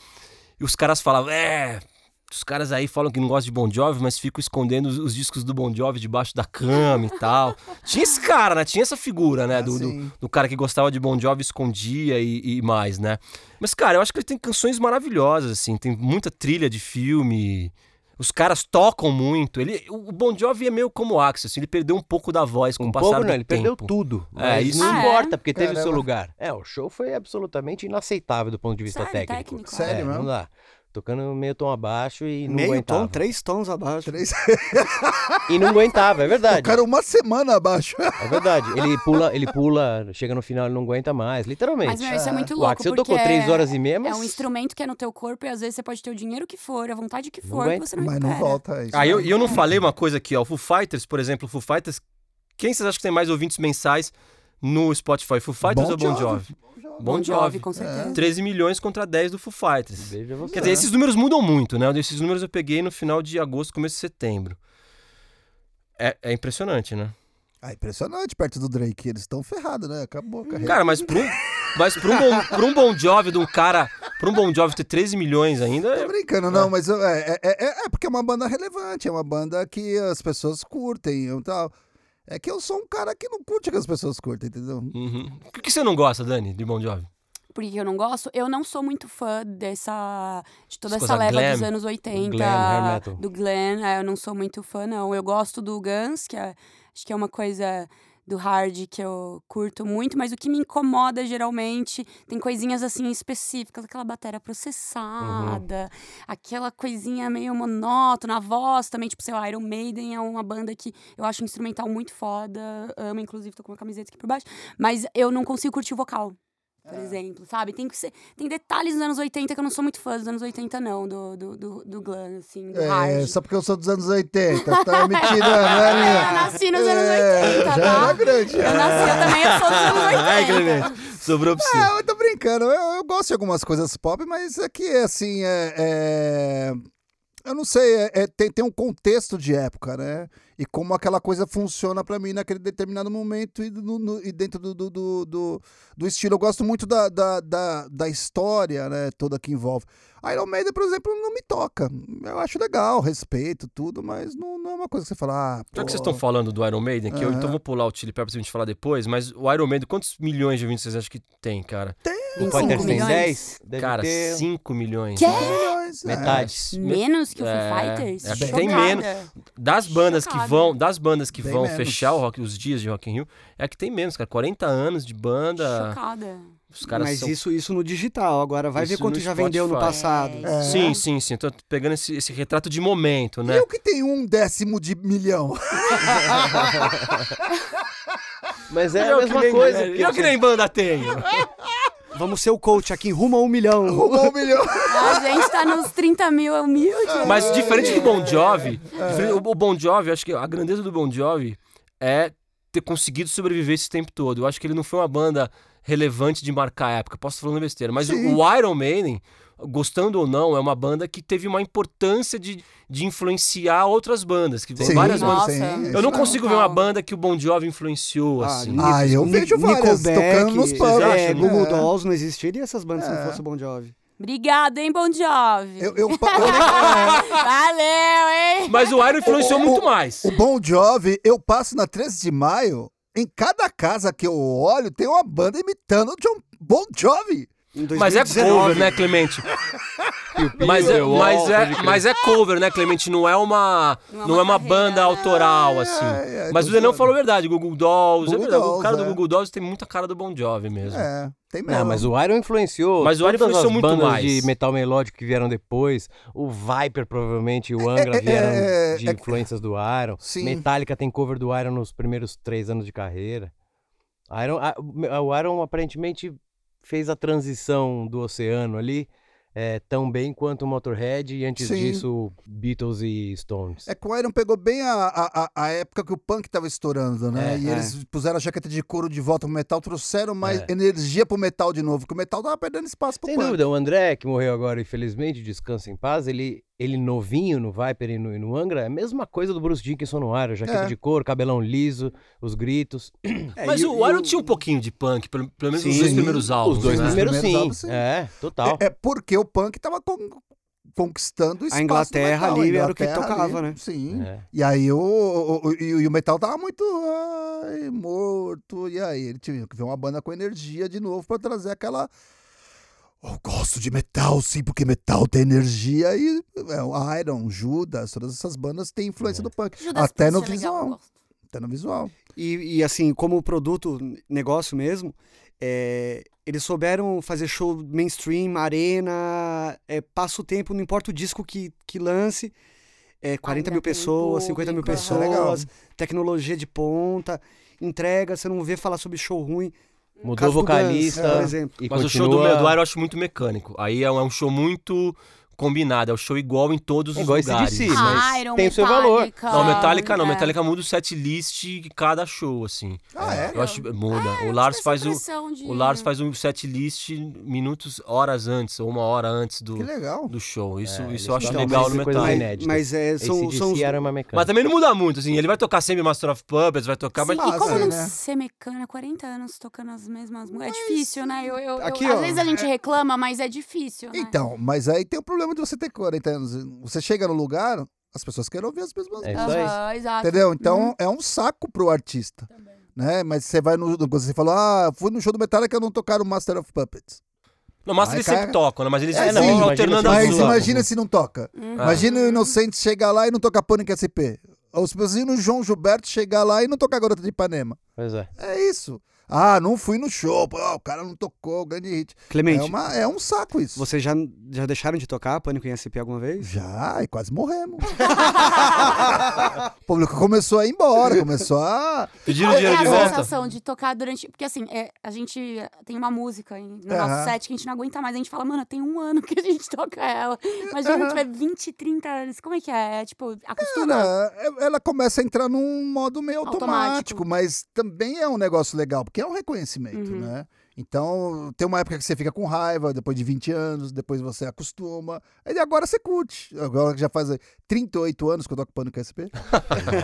Speaker 1: e os caras falavam, é. Os caras aí falam que não gostam de Bon Jovi, mas ficam escondendo os, os discos do Bon Jovi debaixo da cama e tal. Tinha esse cara, né? Tinha essa figura,
Speaker 5: Ah,
Speaker 1: né? Do, do-
Speaker 2: sim.
Speaker 1: do cara que gostava de Bon Jovi, escondia e, e mais, né? Mas, cara, eu acho que ele tem canções maravilhosas, assim. Tem muita trilha de filme. Os caras tocam muito. Ele, o Bon Jovi é meio como o Axis, assim, ele perdeu um pouco da voz com
Speaker 5: Um
Speaker 1: o passar
Speaker 5: pouco,
Speaker 1: do
Speaker 5: não, ele
Speaker 1: tempo.
Speaker 5: perdeu tudo.
Speaker 1: É,
Speaker 5: mas
Speaker 1: isso-
Speaker 5: não
Speaker 3: Ah, é?
Speaker 5: importa, porque teve o seu
Speaker 2: Caramba.
Speaker 5: lugar. É, o show foi absolutamente inaceitável do ponto de vista
Speaker 3: Sério,
Speaker 5: técnico.
Speaker 3: técnico?
Speaker 2: Sério
Speaker 5: é,
Speaker 2: mesmo?
Speaker 5: Não dá. Tocando meio tom abaixo e não
Speaker 4: Meio
Speaker 5: aguentava.
Speaker 4: tom, três tons abaixo.
Speaker 5: É
Speaker 2: Três-
Speaker 5: E não aguentava, é verdade.
Speaker 2: Cara, uma semana abaixo.
Speaker 5: É verdade. Ele pula, ele pula, chega no final ele não aguenta mais, literalmente.
Speaker 3: Mas, meu, isso é muito
Speaker 5: o
Speaker 3: louco.
Speaker 5: Axel
Speaker 3: porque
Speaker 5: tocou três
Speaker 3: é-
Speaker 5: horas e meia, mas
Speaker 3: É um instrumento que é no teu corpo e às vezes você pode ter o dinheiro que for, a vontade que
Speaker 5: Não
Speaker 3: for,
Speaker 5: aguenta.
Speaker 3: que você não
Speaker 2: Mas não
Speaker 3: recupera.
Speaker 2: volta isso. né?
Speaker 1: Ah,
Speaker 3: é
Speaker 1: eu, eu não falei uma coisa aqui, ó. Foo Fighters, por exemplo, Foo Fighters. Quem vocês acham que tem mais ouvintes mensais no Spotify? Foo Fighters
Speaker 2: Bon
Speaker 1: ou Bon
Speaker 2: Jovi.
Speaker 1: Jovi?
Speaker 3: Bon
Speaker 1: Bon
Speaker 3: Jovi,
Speaker 1: Jovi.
Speaker 3: com certeza.
Speaker 1: 13 milhões contra 10 do Foo Fighters.
Speaker 5: veja você.
Speaker 1: Quer dizer, esses números mudam muito, né? Esses números eu peguei no final de agosto, começo de setembro. É, é impressionante, né?
Speaker 2: Ah, impressionante, perto do Drake. Eles estão ferrados, né? Acabou a carreira.
Speaker 1: Cara, mas pra um, mas pra um, bom, pra um Bon Jovi de um cara... Pra um Bon Jovi ter 13 milhões ainda...
Speaker 2: Tô
Speaker 1: é-
Speaker 2: brincando, não, mas eu- é, é, é- é porque é uma banda relevante, é uma banda que as pessoas curtem e tal. É que eu sou um cara que não curte que as pessoas curtem, entendeu?
Speaker 1: Uhum. O que, que você não gosta, Dani, de Bon Jovi?
Speaker 3: Por que eu não gosto? Eu não sou muito fã dessa. de toda
Speaker 1: Essa
Speaker 3: essa
Speaker 1: coisa glam,
Speaker 3: leva dos anos 80.
Speaker 5: do glam, hair metal.
Speaker 3: do Glenn. Eu não sou muito fã, não. Eu gosto do Guns, que é- acho que é uma coisa do hard que eu curto muito, mas o que me incomoda geralmente tem coisinhas assim específicas, aquela bateria processada,
Speaker 5: Uhum.
Speaker 3: aquela coisinha meio monótona, a voz também, tipo, sei lá, Iron Maiden é uma banda que eu acho instrumental muito foda, amo, inclusive tô com uma camiseta aqui por baixo, mas eu não consigo curtir o vocal. Por
Speaker 2: É.
Speaker 3: exemplo, sabe? Tem, que ser, tem detalhes dos anos 80 que eu não sou muito fã dos anos 80, não, do, do, do, do glam, assim, do hard. É,
Speaker 2: É, só porque eu sou dos anos 80, tá me tirando, né, Linha?
Speaker 3: Eu nasci nos anos
Speaker 2: É,
Speaker 3: 80,
Speaker 2: já
Speaker 3: tá?
Speaker 2: era grande.
Speaker 3: Eu nasci, eu também eu sou dos
Speaker 1: Ai,
Speaker 3: anos 80.
Speaker 1: Clemente, sobrou pra você.
Speaker 2: Não, É, eu tô brincando. Eu, eu gosto de algumas coisas pop, mas é que, assim, é. é- Eu não sei, é- é- tem, tem um contexto de época, né? E como aquela coisa funciona pra mim naquele determinado momento e, no- no- e dentro do, do, do, do- do estilo. Eu gosto muito da, da, da, da história, né? Toda que envolve. Iron Maiden, por exemplo, não me toca. Eu acho legal, respeito, tudo, mas não, não é uma coisa que você fala. Ah,
Speaker 1: Já que vocês
Speaker 2: pô.
Speaker 1: estão falando do Iron Maiden, que eu
Speaker 2: Aham.
Speaker 1: então vou pular o Chili Peppers pra gente falar depois, mas o Iron Maiden, quantos milhões de ouvintes vocês acham que tem, cara?
Speaker 5: O Pointer
Speaker 3: 25
Speaker 5: tem
Speaker 3: milhões?
Speaker 5: 10, deve
Speaker 1: cara,
Speaker 5: ter
Speaker 1: 5 milhões.
Speaker 3: Quê?
Speaker 2: Milhões, é.
Speaker 5: metade.
Speaker 1: Me-
Speaker 3: Menos que o Foo
Speaker 1: É,
Speaker 3: Fighters?
Speaker 1: é,
Speaker 3: Chocada.
Speaker 1: tem menos. Das bandas que
Speaker 3: Chocada.
Speaker 1: vão, das bandas que
Speaker 2: Bem
Speaker 1: vão
Speaker 2: menos.
Speaker 1: fechar o rock, os dias de Rock in Rio, é que tem menos, cara. 40 anos de banda,
Speaker 3: Chocada.
Speaker 1: os caras
Speaker 4: Mas
Speaker 1: são...
Speaker 4: isso, isso no digital, agora vai ver
Speaker 1: Isso
Speaker 4: quanto
Speaker 1: no
Speaker 4: já vendeu no
Speaker 1: Spotify.
Speaker 4: passado.
Speaker 3: É.
Speaker 1: Sim, sim, sim. Tô pegando esse, esse retrato de momento,
Speaker 2: E
Speaker 1: né?
Speaker 2: eu que tenho um décimo de milhão.
Speaker 5: Mas é
Speaker 1: Eu
Speaker 5: a
Speaker 1: que
Speaker 5: mesma
Speaker 1: nem-
Speaker 5: coisa. porque
Speaker 1: Eu que nem banda tenho.
Speaker 4: Vamos ser o coach aqui, rumo a um milhão.
Speaker 2: Roubou um milhão.
Speaker 3: A gente tá nos 30 mil, é humilde.
Speaker 1: Mas diferente do
Speaker 2: É.
Speaker 1: Bon Jovi, diferente- o Bon Jovi, acho que a grandeza do Bon Jovi é ter conseguido sobreviver esse tempo todo. Eu acho que ele não foi uma banda relevante de marcar a época. Posso estar falando besteira, mas o,
Speaker 2: Sim.
Speaker 1: o Iron Maiden, gostando ou não, é uma banda que teve uma importância de, de influenciar outras bandas. Que
Speaker 2: Sim,
Speaker 1: várias bandas.
Speaker 3: Nossa. Então,
Speaker 2: sim.
Speaker 1: Eu não
Speaker 3: Total.
Speaker 1: consigo ver uma banda que o Bon Jovi influenciou, assim.
Speaker 4: Nick-
Speaker 2: Ah, eu
Speaker 4: Ni-
Speaker 2: vejo várias
Speaker 4: Nickelback,
Speaker 2: tocando nos pubs,
Speaker 4: É,
Speaker 1: né?
Speaker 4: Google
Speaker 2: É.
Speaker 4: Dolls não existiria essas bandas se não
Speaker 2: É.
Speaker 4: fosse o Bon Jovi.
Speaker 3: Obrigado, hein, Bon Jovi.
Speaker 2: Eu, eu, eu-
Speaker 3: Valeu, hein?
Speaker 1: Mas o Iron influenciou
Speaker 2: O- o-
Speaker 1: muito mais.
Speaker 2: o Bon Jovi, eu passo na 13 de maio, em cada casa que eu olho tem uma banda imitando o John Bon Jovi.
Speaker 4: Em
Speaker 1: Mas é
Speaker 4: 2019.
Speaker 1: cover, né, Clemente? Mas é, mas, é, mas é cover, né, Clemente? Não é uma, não é uma,
Speaker 3: carreira,
Speaker 1: banda
Speaker 3: né?
Speaker 1: autoral, assim.
Speaker 2: é, é,
Speaker 1: mas
Speaker 2: tô
Speaker 1: o Denão
Speaker 2: zoando.
Speaker 1: falou a verdade. Google Dolls, é
Speaker 2: Google
Speaker 1: verdade. o
Speaker 2: Dolls,
Speaker 1: cara do
Speaker 2: é.
Speaker 1: Google Dolls tem muita cara do Bon Jovi mesmo.
Speaker 2: É, tem mesmo.
Speaker 5: Não, mas o Iron influenciou.
Speaker 1: Mas o Iron
Speaker 5: todas as
Speaker 1: influenciou muito
Speaker 5: bandas
Speaker 1: mais.
Speaker 5: de metal melódico que vieram depois. O Viper, provavelmente, e o Angra
Speaker 2: é, é,
Speaker 5: vieram
Speaker 2: é,
Speaker 5: de
Speaker 2: é.
Speaker 5: influências do Iron.
Speaker 2: Sim.
Speaker 5: Metallica tem cover do Iron nos primeiros três anos de carreira. Iron, a- o Iron aparentemente fez a transição do oceano ali. é, tão bem quanto o Motorhead e antes
Speaker 2: Sim.
Speaker 5: disso Beatles e Stones.
Speaker 2: É que o Iron pegou bem a, a, a- a época que o punk tava estourando, né?
Speaker 5: É,
Speaker 2: e
Speaker 5: é.
Speaker 2: eles puseram a jaqueta de couro de volta pro metal, trouxeram mais
Speaker 5: É.
Speaker 2: energia pro metal de novo, que o metal tava perdendo espaço pro
Speaker 5: Sem
Speaker 2: punk.
Speaker 5: dúvida, o André, que morreu agora, infelizmente, descansa em paz, ele, ele novinho no Viper e no, e no Angra, é a mesma coisa do Bruce Dickinson no Iron, jaqueta
Speaker 2: É.
Speaker 5: de couro, cabelão liso, os gritos.
Speaker 4: É,
Speaker 1: Mas
Speaker 4: e-
Speaker 1: o
Speaker 4: e
Speaker 1: Iron tinha um pouquinho de punk, pelo, pelo menos os
Speaker 4: Sim.
Speaker 1: dois primeiros álbuns.
Speaker 5: os dois
Speaker 1: né?
Speaker 5: primeiros,
Speaker 2: Os primeiros álbuns,
Speaker 5: sim.
Speaker 2: sim.
Speaker 5: É, total.
Speaker 2: É, é porque o punk tava con- conquistando espaço. do
Speaker 4: Inglaterra
Speaker 2: metal.
Speaker 4: ali era o que
Speaker 2: Inglaterra
Speaker 4: tocava, né?
Speaker 2: Sim.
Speaker 5: É.
Speaker 2: E aí o, o, o- e, o- e o metal tava muito ai, morto. E aí ele tinha que ver uma banda com energia de novo pra trazer aquela. Eu gosto de metal, sim, porque metal tem energia. E é, o Iron, Judas, todas essas bandas têm influência do punk.
Speaker 3: Judas
Speaker 2: até
Speaker 3: Priest
Speaker 2: no
Speaker 3: é legal,
Speaker 2: visual.
Speaker 3: eu gosto.
Speaker 2: até no visual.
Speaker 4: E, e, assim, como produto, negócio mesmo, é, eles souberam fazer show mainstream, arena, é, passa o tempo, não importa o disco que, que lance, é, 40
Speaker 3: Ainda
Speaker 4: mil
Speaker 3: tem
Speaker 4: pessoas, 50 mil
Speaker 3: público,
Speaker 2: Isso é legal.
Speaker 4: pessoas, tecnologia de ponta, entrega, você não vê falar sobre show ruim.
Speaker 5: Mudou
Speaker 4: Caso
Speaker 5: o
Speaker 4: do Guns,
Speaker 5: vocalista
Speaker 4: por exemplo.
Speaker 5: e
Speaker 1: Mas o show
Speaker 5: continua...
Speaker 1: do, do Iron eu acho muito mecânico. Aí é um, é um show muito combinado, é um show igual em todos
Speaker 5: É
Speaker 1: os
Speaker 5: igual esse
Speaker 1: lugares.
Speaker 5: DC, mas
Speaker 3: Ah, Iron,
Speaker 5: tem o seu valor.
Speaker 3: Metallica,
Speaker 1: Não, Metallica não.
Speaker 3: é.
Speaker 1: Metallica muda o set list de cada show, assim.
Speaker 2: Ah, é?
Speaker 1: Eu acho muda.
Speaker 3: Ah, eu
Speaker 1: o
Speaker 3: tive
Speaker 1: Lars
Speaker 3: essa
Speaker 1: faz o
Speaker 3: impressão de-
Speaker 1: o Lars faz um set list minutos, horas antes ou uma hora antes do,
Speaker 2: Que legal.
Speaker 1: do show. Isso,
Speaker 5: É,
Speaker 1: isso eu
Speaker 5: eles
Speaker 1: acho
Speaker 5: dão
Speaker 1: legal
Speaker 5: mais
Speaker 1: no
Speaker 5: coisa
Speaker 1: metal.
Speaker 4: Então, Mas,
Speaker 5: mais inédita.
Speaker 4: mas, é, são,
Speaker 5: AC/DC
Speaker 4: são os-
Speaker 5: era uma mecânica.
Speaker 1: Mas também não muda muito, assim. Ele vai tocar sempre Master of Puppets, vai tocar, mas
Speaker 3: Sim, e como
Speaker 2: Massa,
Speaker 3: não
Speaker 2: né?
Speaker 3: ser mecânica, 40 anos tocando as mesmas músicas. É difícil, né? Eu, eu- eu-
Speaker 4: Aqui,
Speaker 3: às
Speaker 4: ó,
Speaker 3: vezes a gente reclama, mas é difícil. né?
Speaker 2: Então, mas aí tem o problema de você ter 40 anos. Você chega no lugar, as pessoas querem ouvir as mesmas
Speaker 5: É isso aí.
Speaker 3: Aham, exato.
Speaker 2: Entendeu? Então
Speaker 1: Uhum.
Speaker 2: é um saco pro artista. Né? Mas você vai no. Você falou, ah, fui no show do Metallica não tocaram Master of Puppets.
Speaker 1: Não, Master
Speaker 2: Ai,
Speaker 1: eles
Speaker 2: cara.
Speaker 1: sempre tocam, né? Mas eles
Speaker 2: É,
Speaker 1: ficam
Speaker 2: sim, imagina
Speaker 1: alternando
Speaker 5: se-
Speaker 1: as
Speaker 5: Não,
Speaker 2: Mas
Speaker 5: não
Speaker 1: duas. Uhum. É. Ah.
Speaker 5: toca.
Speaker 2: imagina se não toca. Imagina o Inocente chegar lá e não tocar Pânico SP. Ou se imagina o João Gilberto chegar lá e não tocar Garota de Ipanema.
Speaker 5: Pois é.
Speaker 2: É isso. Ah, não fui no show. Pô, o cara não tocou, grande hit.
Speaker 4: Clemente,
Speaker 2: É, uma- é um saco isso.
Speaker 4: vocês já, já deixaram de tocar Pânico em SP alguma vez?
Speaker 2: Já, e quase morremos. o público começou a ir embora, começou a.
Speaker 1: Pediram
Speaker 3: Qual
Speaker 1: dinheiro
Speaker 3: é
Speaker 1: de
Speaker 3: a
Speaker 1: volta?
Speaker 3: sensação de tocar durante. Porque assim, é, a gente tem uma música em- no
Speaker 2: Aham.
Speaker 3: nosso set que a gente não aguenta mais. A gente fala, mano, tem um ano que a gente toca ela. Imagina
Speaker 2: Aham.
Speaker 3: quando tiver 20, 30 anos. Como é que é? É tipo, acostuma.
Speaker 2: Cara, e- é, ela começa a entrar num modo meio automático,
Speaker 3: Automático.
Speaker 2: mas também é um negócio legal, porque é um reconhecimento, né? Então, tem uma época que você fica com raiva, depois de 20 anos, depois você acostuma. Aí agora você curte. Agora que já faz eh, 38 anos que eu toco Pânico SP.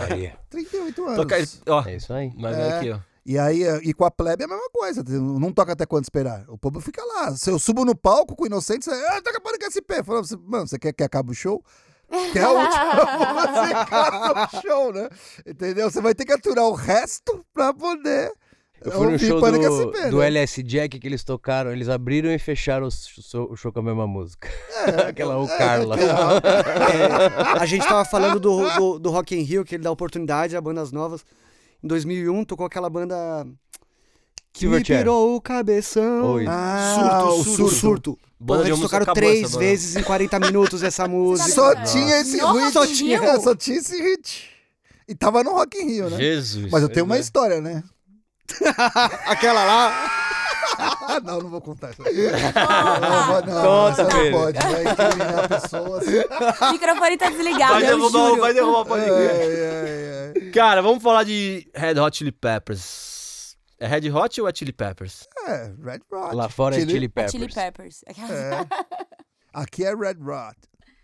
Speaker 5: Maria.
Speaker 2: 38 anos.
Speaker 1: Toca, ele- ó,
Speaker 5: É isso aí.
Speaker 1: mas
Speaker 2: É.
Speaker 1: é aqui, ó.
Speaker 2: E aí, eh, e com a plebe é a mesma coisa. Não toca até quando esperar. O povo fica lá. Se eu subo no palco com o inocente, você, ah, toca Pânico SP. Fala, você, mano, você quer que acabe o show? Que é a última música do show, né? Entendeu? Você vai ter que aturar o resto pra poder.
Speaker 5: Eu fui no
Speaker 2: ouvir
Speaker 5: show
Speaker 2: É um Pânico
Speaker 5: do,
Speaker 2: SP,
Speaker 5: do
Speaker 2: né?
Speaker 5: LS Jack que eles tocaram, eles abriram e fecharam o show, o show com a mesma música. Aquela O Carla.
Speaker 4: É, a gente tava falando do, do, do Rock in Rio, que ele dá oportunidade a bandas novas. Em 2001, tocou aquela banda... Que
Speaker 5: Silverchair.
Speaker 4: virou o cabeção.
Speaker 5: Oi.
Speaker 2: Ah,
Speaker 4: surto,
Speaker 2: o
Speaker 4: surto,
Speaker 2: surto.
Speaker 4: surto.
Speaker 1: Banda
Speaker 4: Porra,
Speaker 1: de
Speaker 4: eles
Speaker 1: música
Speaker 4: tocaram
Speaker 1: acabou
Speaker 4: três
Speaker 1: essa banda.
Speaker 4: vezes em 40 minutos essa música.
Speaker 2: Só
Speaker 3: Nossa.
Speaker 2: tinha esse
Speaker 3: Nossa,
Speaker 2: hit.
Speaker 3: só tinha? um?
Speaker 2: É, só tinha esse hit. E tava no Rock in Rio, né?
Speaker 1: Jesus.
Speaker 2: Mas eu tenho uma
Speaker 1: mais
Speaker 2: história, né?
Speaker 4: Aquela lá.
Speaker 2: Ah, não, não vou contar isso. Não, não, vou- não,
Speaker 5: Conta,
Speaker 2: não, não
Speaker 5: Pedro.
Speaker 2: pode, vai incriminar assim. pessoas.
Speaker 3: O microfone tá desligado.
Speaker 1: Vai
Speaker 3: eu
Speaker 1: derrubar, o-
Speaker 3: juro.
Speaker 1: vai derrubar o
Speaker 2: Ai,
Speaker 1: podcast.
Speaker 2: ai, ai.
Speaker 1: Cara, vamos falar de Red Hot Chili Peppers. É Red Hot ou é Chili Peppers?
Speaker 2: É, Red Rock.
Speaker 5: Lá fora é
Speaker 2: Chili-
Speaker 5: Chili
Speaker 3: É Chili
Speaker 5: Peppers.
Speaker 3: Peppers.
Speaker 2: É. Aqui é Red Rod.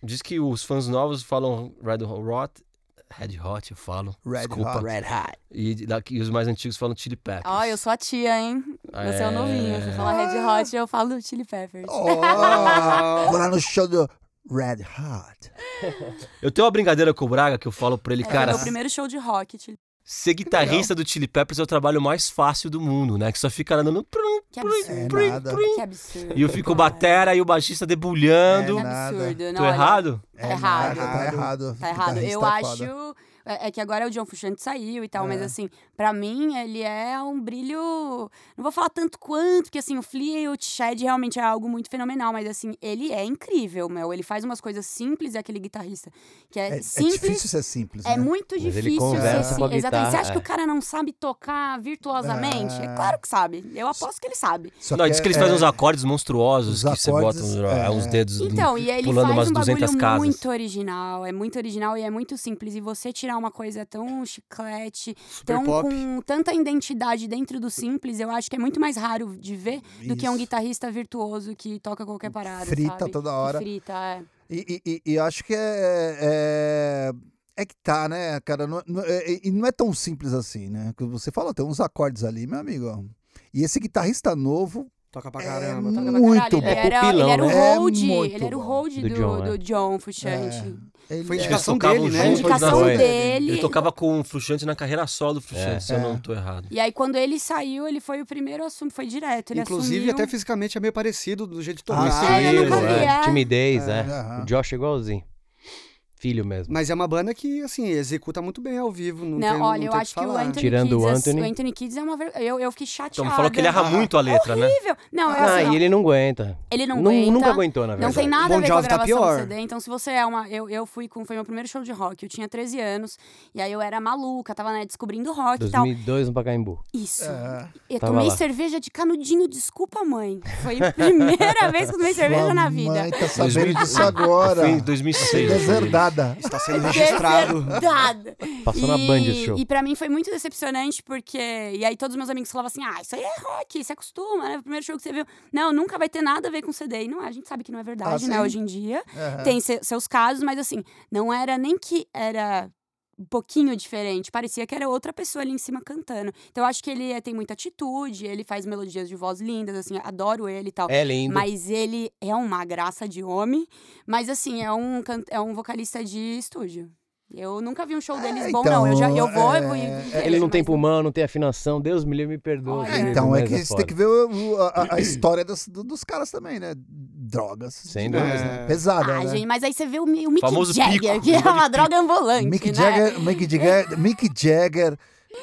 Speaker 1: Diz que os fãs novos falam Red Hot, Red Hot, eu falo.
Speaker 2: Red
Speaker 1: desculpa.
Speaker 2: Hot.
Speaker 4: Red Hot.
Speaker 1: E, daqui, os mais antigos falam Chili Peppers.
Speaker 3: Ó, eu sou a tia, hein? Você é o novinho. Você fala Red Hot, eu falo Chili Peppers.
Speaker 2: Oh, vou lá no show do Red Hot.
Speaker 1: Eu tenho uma brincadeira com o Braga que eu falo pra ele,
Speaker 3: É,
Speaker 1: cara,
Speaker 3: Meu primeiro show de rock, Chili
Speaker 1: ser guitarrista do Chili Peppers é o trabalho mais fácil do mundo, né? Que só fica andando... prum,
Speaker 3: Que
Speaker 1: prum,
Speaker 3: absurdo.
Speaker 1: prum,
Speaker 2: É nada.
Speaker 1: prum.
Speaker 3: Que é absurdo.
Speaker 1: E eu fico o
Speaker 3: cara.
Speaker 1: batera e o baixista debulhando.
Speaker 3: Que
Speaker 2: É, nada.
Speaker 3: absurdo. Não,
Speaker 1: Tô
Speaker 3: olha,
Speaker 1: errado?
Speaker 3: Tá
Speaker 2: É
Speaker 3: errado.
Speaker 2: nada, Tá errado.
Speaker 3: Tá errado.
Speaker 2: Guitarrista
Speaker 3: Eu
Speaker 2: é
Speaker 3: acho.
Speaker 2: foda.
Speaker 3: É é que agora o John Frusciante saiu e tal, mas
Speaker 2: É.
Speaker 3: assim, pra mim ele é um brilho. Não vou falar tanto quanto, porque assim, o Flea e o Chad realmente é algo muito fenomenal, mas assim, ele é incrível, meu. Ele faz umas coisas simples, é aquele guitarrista que é,
Speaker 2: É, é
Speaker 3: simples.
Speaker 2: difícil ser simples,
Speaker 3: É
Speaker 2: né?
Speaker 3: muito
Speaker 5: Mas ele
Speaker 3: difícil
Speaker 5: conversa
Speaker 3: ser
Speaker 5: com a
Speaker 3: sim- Exatamente. Você
Speaker 5: guitarra,
Speaker 3: acha que
Speaker 5: é.
Speaker 3: o cara não sabe tocar virtuosamente? É
Speaker 2: Ah.
Speaker 3: claro que sabe. Eu aposto que ele sabe.
Speaker 2: Só
Speaker 1: Não,
Speaker 2: que
Speaker 1: diz que eles
Speaker 2: é-
Speaker 1: fazem uns acordes monstruosos
Speaker 2: Os
Speaker 1: que você bota
Speaker 2: acordes,
Speaker 1: uns,
Speaker 2: é.
Speaker 1: uns dedos
Speaker 3: Então, e ele
Speaker 1: pulando umas
Speaker 3: faz um
Speaker 1: 200
Speaker 3: bagulho
Speaker 1: casas.
Speaker 3: muito original. É muito original e é muito simples. E você tirar uma coisa tão chiclete,
Speaker 4: Super
Speaker 3: tão
Speaker 4: pop.
Speaker 3: com tanta identidade dentro do simples, eu acho que é muito mais raro de ver do que um
Speaker 2: Isso.
Speaker 3: guitarrista virtuoso que toca qualquer parada.
Speaker 2: Frita
Speaker 3: sabe?
Speaker 2: toda
Speaker 3: Que
Speaker 2: hora.
Speaker 3: Frita, é.
Speaker 2: E, e- e- e acho que é, é, é que tá, né, cara? Não- não- é- é- e não é tão simples assim, né? Que Você fala, tem uns acordes ali, meu amigo. E esse guitarrista novo,
Speaker 4: Toca pra
Speaker 2: É
Speaker 4: caramba. tá?
Speaker 3: Toca pra
Speaker 4: toca-
Speaker 2: Muito
Speaker 3: caralho.
Speaker 2: bom.
Speaker 3: Ele era,
Speaker 5: Pupilão,
Speaker 3: ele
Speaker 2: né?
Speaker 3: era o hold,
Speaker 2: É muito
Speaker 3: ele era o
Speaker 2: bom.
Speaker 3: hold
Speaker 5: Do
Speaker 3: do,
Speaker 5: John, né?
Speaker 3: do John Frusciante.
Speaker 2: ele
Speaker 4: Foi
Speaker 2: é-
Speaker 1: Eles
Speaker 4: indicação
Speaker 1: tocavam
Speaker 4: dele,
Speaker 1: juntos
Speaker 4: né?
Speaker 3: A indicação
Speaker 1: Foi.
Speaker 3: dele.
Speaker 1: Ele tocava com o Frustrante na carreira solo do Frustrante, se eu
Speaker 2: É.
Speaker 1: não tô errado.
Speaker 3: E aí, quando ele saiu, ele foi o primeiro assunto, foi direto. Ele
Speaker 4: Inclusive,
Speaker 3: assumiu.
Speaker 4: até fisicamente é meio parecido do jeito de
Speaker 2: Ah,
Speaker 4: tocar.
Speaker 3: sim. É, eu nunca vi, é.
Speaker 5: Timidez, é.
Speaker 2: né? aham.
Speaker 5: O Josh é igualzinho. Filho mesmo.
Speaker 4: Mas é uma banda que, assim, executa muito bem ao vivo. Não,
Speaker 3: Não,
Speaker 4: tem,
Speaker 3: olha,
Speaker 4: não
Speaker 3: eu
Speaker 4: tem
Speaker 3: acho
Speaker 4: que,
Speaker 3: que o
Speaker 4: falar.
Speaker 3: Anthony
Speaker 5: Tirando o
Speaker 3: Kids,
Speaker 5: Anthony.
Speaker 3: o Anthony Kids é uma ver... eu, eu fiquei chateada.
Speaker 1: Então falou que ele erra muito a letra, né?
Speaker 3: Horrível. Não, é
Speaker 5: Ah,
Speaker 3: assim, ó,
Speaker 5: e ele não aguenta.
Speaker 3: ele não
Speaker 5: Nu-
Speaker 3: aguenta.
Speaker 5: Nunca aguentou, na
Speaker 3: Não
Speaker 5: verdade.
Speaker 3: tem nada
Speaker 4: Bon
Speaker 3: a ver com a
Speaker 4: Jovi tá
Speaker 3: gravação
Speaker 4: pior.
Speaker 3: do CD. Então, se você é uma. Eu, eu fui com. Foi meu primeiro show de rock. Eu tinha 13 anos. E aí eu era maluca, tava né, descobrindo rock e tal.
Speaker 5: 2002 no Pacaembu.
Speaker 3: Isso.
Speaker 2: É.
Speaker 3: Eu
Speaker 5: Tava
Speaker 3: tomei
Speaker 5: lá.
Speaker 3: cerveja de canudinho, desculpa, mãe. Foi a primeira vez que eu tomei cerveja
Speaker 2: Sua
Speaker 3: na vida.
Speaker 2: Mãe tá sabendo
Speaker 1: 2000
Speaker 2: disso agora. É
Speaker 1: Foi em 2006. eu falei.
Speaker 2: Deserdada.
Speaker 4: Está sendo registrado.
Speaker 3: Deserdada.
Speaker 5: Passou na Band esse show.
Speaker 3: E pra mim foi muito decepcionante, porque. E aí todos os meus amigos falavam assim: ah, isso aí é rock, se acostuma, né? O primeiro show que você viu. Não, nunca vai ter nada a ver com CD. E não é, a gente sabe que não é verdade,
Speaker 2: Ah,
Speaker 3: né?
Speaker 2: sim. É.
Speaker 3: Hoje em dia.
Speaker 2: Aham.
Speaker 3: Tem se- seus casos, mas assim, não era nem que era um pouquinho diferente. Parecia que era outra pessoa ali em cima cantando. Então eu acho que ele eh, tem muita atitude, ele faz melodias de voz lindas, assim, adoro ele e tal.
Speaker 5: É lindo.
Speaker 3: Mas ele é uma graça de homem. Mas assim, é um, can- é um vocalista de estúdio. Eu nunca vi um show deles
Speaker 2: É,
Speaker 3: bom, não. Eu, já, eu
Speaker 2: então,
Speaker 3: vou, eu
Speaker 2: é,
Speaker 3: vou. e-
Speaker 2: é,
Speaker 5: Ele não
Speaker 3: mas-
Speaker 5: tem pulmão, não tem afinação. Deus me livre, me perdoa.
Speaker 3: Olha.
Speaker 2: É,
Speaker 5: Deus,
Speaker 2: então é
Speaker 5: mas
Speaker 2: que você
Speaker 5: foda.
Speaker 2: tem que ver o- o- a, a história das- do- dos caras também, né? Drogas.
Speaker 5: Sem
Speaker 2: drogas,
Speaker 4: dúvida.
Speaker 2: né? Pesada,
Speaker 3: Ah,
Speaker 2: né?
Speaker 3: gente, mas aí você vê o, Mi- o Mick
Speaker 1: Famoso
Speaker 3: Jagger,
Speaker 1: pico,
Speaker 3: que é
Speaker 1: pico de
Speaker 3: uma droga ambulante,
Speaker 2: Mick
Speaker 3: né?
Speaker 2: Jagger, Mick Jagger, Mick Jagger,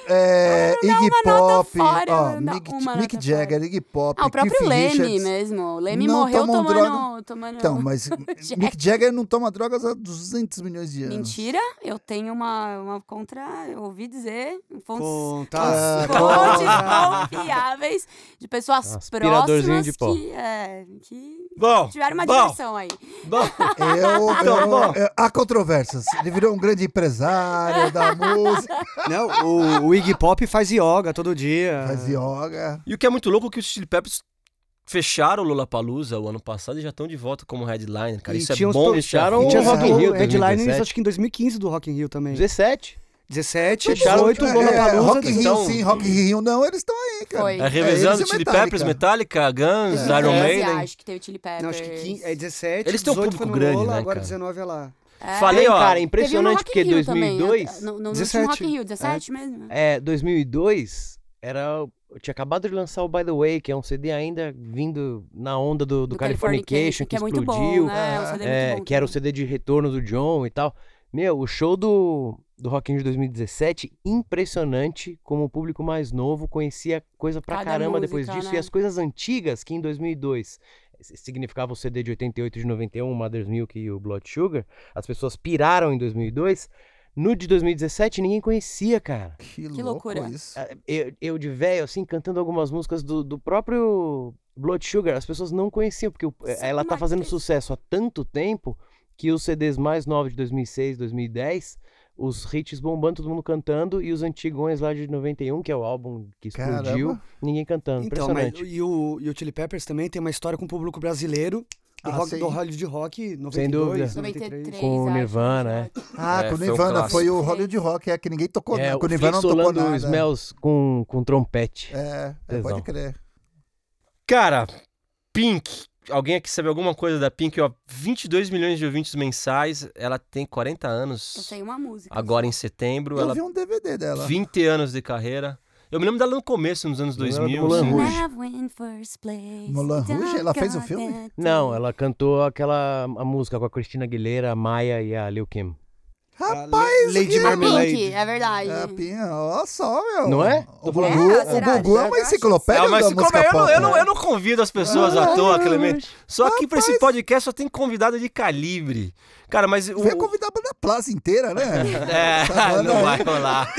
Speaker 2: é, Iggy
Speaker 3: uma nota
Speaker 2: Pop,
Speaker 3: fora,
Speaker 2: ó,
Speaker 3: não,
Speaker 2: Mick,
Speaker 3: uma
Speaker 2: Mick
Speaker 3: nota
Speaker 2: Jagger, Iggy Pop,
Speaker 3: Ah, o próprio
Speaker 2: Keith
Speaker 3: Leme
Speaker 2: Richards.
Speaker 3: mesmo. O Leme
Speaker 2: Não
Speaker 3: morreu
Speaker 2: tomam
Speaker 3: tomando. tomando...
Speaker 2: Então, mas Mick Jagger não toma drogas há 200 milhões de anos.
Speaker 3: Mentira, eu tenho uma, uma contra. Eu ouvi dizer. Fontes,
Speaker 4: Conta.
Speaker 2: Ah, tá.
Speaker 3: fontes confiáveis de pessoas
Speaker 5: Aspiradorzinho
Speaker 3: próximas
Speaker 5: de pó.
Speaker 3: que, é, que
Speaker 1: Bom,
Speaker 3: tiveram uma
Speaker 1: bom,
Speaker 3: diversão aí.
Speaker 1: bom.
Speaker 2: Eu, eu-
Speaker 1: Então, bom.
Speaker 2: eu- É há controvérsias. Ele virou um grande empresário da música,
Speaker 4: Não, o, o Iggy Pop faz yoga todo dia.
Speaker 2: faz yoga.
Speaker 1: E o que é muito louco é que os Chili Peppers fecharam o Lollapalooza o ano passado e já estão de volta como headliner, cara.
Speaker 4: E
Speaker 1: Isso é
Speaker 4: tinha os
Speaker 1: bom.
Speaker 4: pro-
Speaker 1: isso é
Speaker 5: fecharam
Speaker 1: ruim.
Speaker 4: E
Speaker 5: o
Speaker 4: tinha
Speaker 5: Rock in
Speaker 4: sido
Speaker 5: Rio
Speaker 4: headliners
Speaker 5: 2017.
Speaker 4: acho que em 2015 do Rock in Rio também.
Speaker 5: 17.
Speaker 4: 17,
Speaker 5: Fecharam
Speaker 4: 18,
Speaker 5: tudo.
Speaker 2: é,
Speaker 4: Lollapalooza.
Speaker 2: Rock in Rio
Speaker 1: então-
Speaker 2: sim, Rock in Rio não, eles estão aí, cara.
Speaker 3: Foi.
Speaker 1: É, revezando
Speaker 2: eles e
Speaker 1: Chili
Speaker 2: Metallica.
Speaker 1: Peppers, Metallica, Guns,
Speaker 3: Em
Speaker 1: Iron
Speaker 3: 15,
Speaker 1: Maiden.
Speaker 3: Acho que teve Chili
Speaker 4: Não, acho que
Speaker 3: Peppers.
Speaker 4: 15, é 17.
Speaker 1: Eles têm um
Speaker 4: 18
Speaker 1: público
Speaker 4: foi no
Speaker 1: grande,
Speaker 4: Lola,
Speaker 1: né,
Speaker 4: Agora
Speaker 1: cara?
Speaker 4: 19 é lá.
Speaker 3: É.
Speaker 1: Falei, ó.
Speaker 3: Teve um no
Speaker 5: cara, é impressionante
Speaker 3: Rock in
Speaker 5: porque
Speaker 3: Rio também, né?
Speaker 5: 2002...
Speaker 3: No, no, no
Speaker 4: 17.
Speaker 3: último Rock in Rio, 17 mesmo.
Speaker 5: É, 2002 era. Eu tinha acabado de lançar o By the Way, que é um CD ainda vindo na onda do, do Californication, que,
Speaker 3: é muito
Speaker 5: explodiu.
Speaker 3: bom, né? É um CD muito
Speaker 5: é,
Speaker 3: bom
Speaker 5: que era o
Speaker 3: também.
Speaker 5: CD de retorno do John e tal. Meu, o show do, do Rock in Rio de 2017, impressionante como o público mais novo conhecia coisa pra
Speaker 3: Cada
Speaker 5: caramba depois
Speaker 3: música,
Speaker 5: disso.
Speaker 3: né?
Speaker 5: E as coisas antigas que em 2002 eh, significava o CD de 88 e de 91, Mother's Milk e o Blood Sugar, as pessoas piraram em 2002. No de 2017 ninguém conhecia, cara.
Speaker 2: Que,
Speaker 3: loucura. É.
Speaker 2: louco isso.
Speaker 5: Ah, eu, eu de velho, assim, cantando algumas músicas do, do próprio Blood Sugar, as pessoas não conheciam, porque o-
Speaker 3: Sim,
Speaker 5: ela tá fazendo
Speaker 3: Marcos.
Speaker 5: sucesso há tanto tempo que os CDs mais novos de 2006, 2010, os hits bombando, todo mundo cantando, e os antigões lá de 91, que é o álbum que explodiu,
Speaker 2: Caramba.
Speaker 5: ninguém cantando.
Speaker 4: Então, mas,
Speaker 5: Impressionante.
Speaker 4: e, o, e o Chili Peppers também tem uma história com o público brasileiro Do,
Speaker 2: Ah,
Speaker 4: rock,
Speaker 2: sim.
Speaker 4: do Hollywood Rock, 92,
Speaker 5: dúvida.
Speaker 4: 93.
Speaker 5: Com o Nirvana, é.
Speaker 2: Ah,
Speaker 1: É,
Speaker 2: com
Speaker 1: foi
Speaker 2: o
Speaker 1: um
Speaker 2: Nirvana,
Speaker 1: clássico.
Speaker 2: foi o Hollywood Rock, é que ninguém tocou,
Speaker 5: é
Speaker 2: não. com o
Speaker 5: o
Speaker 2: Nirvana não tocou
Speaker 5: Solando
Speaker 2: nada.
Speaker 5: Smells com, com trompete.
Speaker 2: É, é,
Speaker 5: Tesão.
Speaker 2: pode crer.
Speaker 1: Cara, Pink. Alguém aqui sabe alguma coisa da Pink? Ó, 22 milhões de ouvintes mensais. Ela tem 40
Speaker 3: Eu
Speaker 1: anos.
Speaker 3: sei uma música.
Speaker 1: Agora em setembro.
Speaker 2: Eu
Speaker 1: Ela
Speaker 2: vi um DVD dela.
Speaker 1: 20 anos de carreira. Eu me lembro dela no começo, nos anos
Speaker 5: Eu lembro
Speaker 1: 2000.
Speaker 5: do Moulin
Speaker 1: assim.
Speaker 5: Rouge.
Speaker 3: Love in first place.
Speaker 2: Moulin Rouge? Ela fez o
Speaker 3: Don't
Speaker 2: filme?
Speaker 3: got that
Speaker 5: Não, ela cantou aquela a música com a Cristina Aguilera, a Maia e a Lil Kim.
Speaker 2: Rapaz,
Speaker 4: Lady
Speaker 2: que-
Speaker 3: É
Speaker 4: Marmalade.
Speaker 3: Pink, é verdade.
Speaker 2: É, pinha, ó só, meu.
Speaker 5: Não é?
Speaker 2: O
Speaker 5: Tô
Speaker 2: Gugu,
Speaker 5: falando.
Speaker 3: É,
Speaker 2: o
Speaker 3: será?
Speaker 2: Gugu é
Speaker 3: Eu
Speaker 2: uma
Speaker 3: acho.
Speaker 2: enciclopédia
Speaker 1: É uma
Speaker 2: da
Speaker 1: enciclopédia.
Speaker 2: música
Speaker 1: Eu, não-
Speaker 2: pop,
Speaker 1: eu não,
Speaker 2: né? Ah,
Speaker 1: eu não convido as pessoas à toa, Clemente. Só que pra esse podcast só tem convidado de calibre. Cara, mas o.
Speaker 2: Vem convidar a banda Plaza inteira, né?
Speaker 1: É,
Speaker 2: Essa
Speaker 1: não vai
Speaker 2: banda
Speaker 1: rolar.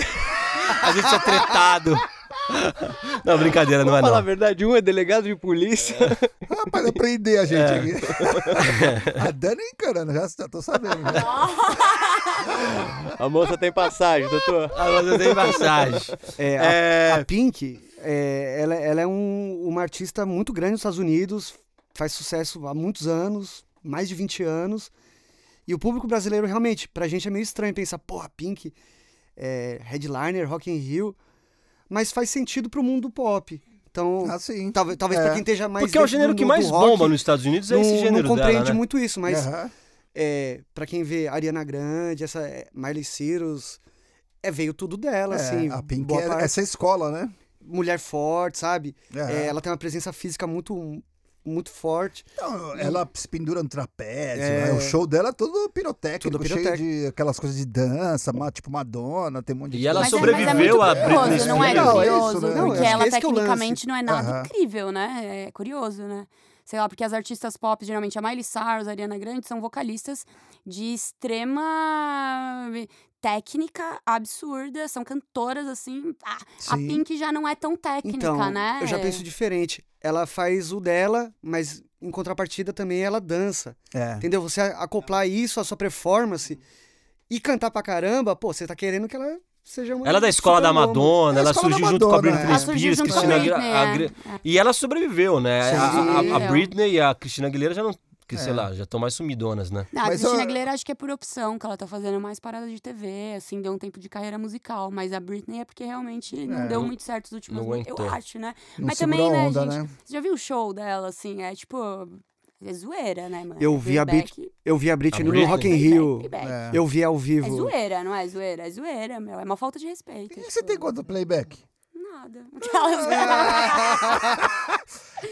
Speaker 1: A gente é tretado. Não, brincadeira, não é
Speaker 5: Fala a
Speaker 1: não.
Speaker 5: verdade, um é delegado de polícia.
Speaker 2: Rapaz, aprender a
Speaker 1: É.
Speaker 2: gente aqui. a Dani encarando, já, já tô sabendo. né? já.
Speaker 5: A moça tem passagem, doutor.
Speaker 1: Ah, mas eu dei massagem.
Speaker 4: É, a-
Speaker 1: É,
Speaker 4: A Pink, é, ela, ela é um- uma artista muito grande nos Estados Unidos, faz sucesso há muitos anos, mais de 20 anos. E o público brasileiro, realmente, pra gente é meio estranho pensar, porra, Pink, é, headliner, Rock in Rio, mas faz sentido pro mundo pop. Então,
Speaker 2: Ah, sim.
Speaker 4: talvez, talvez
Speaker 2: É.
Speaker 4: pra quem esteja mais
Speaker 1: Porque é o
Speaker 4: dentro
Speaker 1: gênero
Speaker 4: do-
Speaker 1: que
Speaker 4: do
Speaker 1: mais
Speaker 4: rock,
Speaker 1: bomba nos Estados Unidos, é
Speaker 4: não,
Speaker 1: esse gênero
Speaker 4: não compreende
Speaker 1: dela, né?
Speaker 4: muito isso, mas
Speaker 2: Aham.
Speaker 4: é, para quem vê Ariana Grande, essa é, Miley Cyrus, é, veio tudo dela, assim.
Speaker 2: É, a Pink
Speaker 4: boa
Speaker 2: é
Speaker 4: parte.
Speaker 2: essa escola, né?
Speaker 4: mulher forte, sabe?
Speaker 2: Aham.
Speaker 4: É, ela tem uma presença física muito, muito forte.
Speaker 2: Então, ela se pendura no trapézio,
Speaker 4: É.
Speaker 2: né? o show dela é todo pirotécnico,
Speaker 4: Tudo
Speaker 2: cheio de aquelas coisas de dança, ma- tipo Madonna, tem um monte de
Speaker 1: E ela
Speaker 2: coisa.
Speaker 3: Mas é-
Speaker 1: sobreviveu a
Speaker 3: mas é muito
Speaker 1: Britney
Speaker 3: curioso, não é
Speaker 1: Spears.
Speaker 2: Não, é isso,
Speaker 3: curioso?
Speaker 2: né?
Speaker 4: Não,
Speaker 3: Porque
Speaker 4: eu
Speaker 3: ela
Speaker 4: acho que esse que é o lance.
Speaker 3: tecnicamente não é nada
Speaker 2: Aham.
Speaker 3: incrível, né? É curioso, né? Sei lá, porque as artistas pop, geralmente a Miley Cyrus, a Ariana Grande, são vocalistas de extrema eh, técnica absurda, são cantoras assim. Ah, a
Speaker 2: Sim.
Speaker 3: Pink já não é tão técnica,
Speaker 4: Então,
Speaker 3: né?
Speaker 4: eu já penso diferente. Ela faz o dela, mas em contrapartida também ela dança.
Speaker 2: É.
Speaker 4: Entendeu? Você a- acoplar isso à sua performance e cantar pra caramba, pô, você tá querendo que ela seja uma
Speaker 1: Ela é da escola da
Speaker 4: superwoman.
Speaker 1: Madonna,
Speaker 2: É a
Speaker 1: ela
Speaker 2: escola da
Speaker 1: surgiu junto com a
Speaker 2: Madonna,
Speaker 1: Britney
Speaker 2: é.
Speaker 3: Ela surgiu
Speaker 1: Spears,
Speaker 3: junto com a
Speaker 1: Cristina Aguilera.
Speaker 3: Britney,
Speaker 1: a
Speaker 3: é,
Speaker 1: Gre- E ela sobreviveu, né? A, a- a- a
Speaker 3: Sim.
Speaker 1: Britney e a Cristina Aguilera já não. Que, Sei
Speaker 2: É.
Speaker 1: lá, já estão mais sumidonas, né?
Speaker 3: Não, a
Speaker 2: Mas
Speaker 3: Cristina
Speaker 2: eu-
Speaker 3: Aguilera acho que é por opção, que ela tá fazendo mais parada de TV, assim, deu um tempo de carreira musical. Mas a Britney é porque realmente não
Speaker 2: É,
Speaker 3: deu
Speaker 1: não-
Speaker 3: muito certo os últimos
Speaker 1: não
Speaker 3: meses. Eu
Speaker 1: aguentou.
Speaker 3: acho, né?
Speaker 2: Não
Speaker 3: Mas
Speaker 2: segura
Speaker 3: também,
Speaker 2: a
Speaker 3: né,
Speaker 2: onda,
Speaker 3: gente?
Speaker 2: né?
Speaker 3: Você já viu o show dela, assim? É tipo. É zoeira, né, mano?
Speaker 4: Eu vi a
Speaker 3: Playback,
Speaker 4: Eu vi a Britney
Speaker 1: A
Speaker 4: no
Speaker 1: Britney?
Speaker 4: Rock in
Speaker 3: playback,
Speaker 4: Rio.
Speaker 3: playback. É.
Speaker 2: É.
Speaker 4: Eu vi ao vivo.
Speaker 3: zoeira, não é zoeira? É zoeira, meu. É uma falta de respeito.
Speaker 2: E
Speaker 3: tipo,
Speaker 2: você tem quanto playback?
Speaker 3: Nada. Aquelas-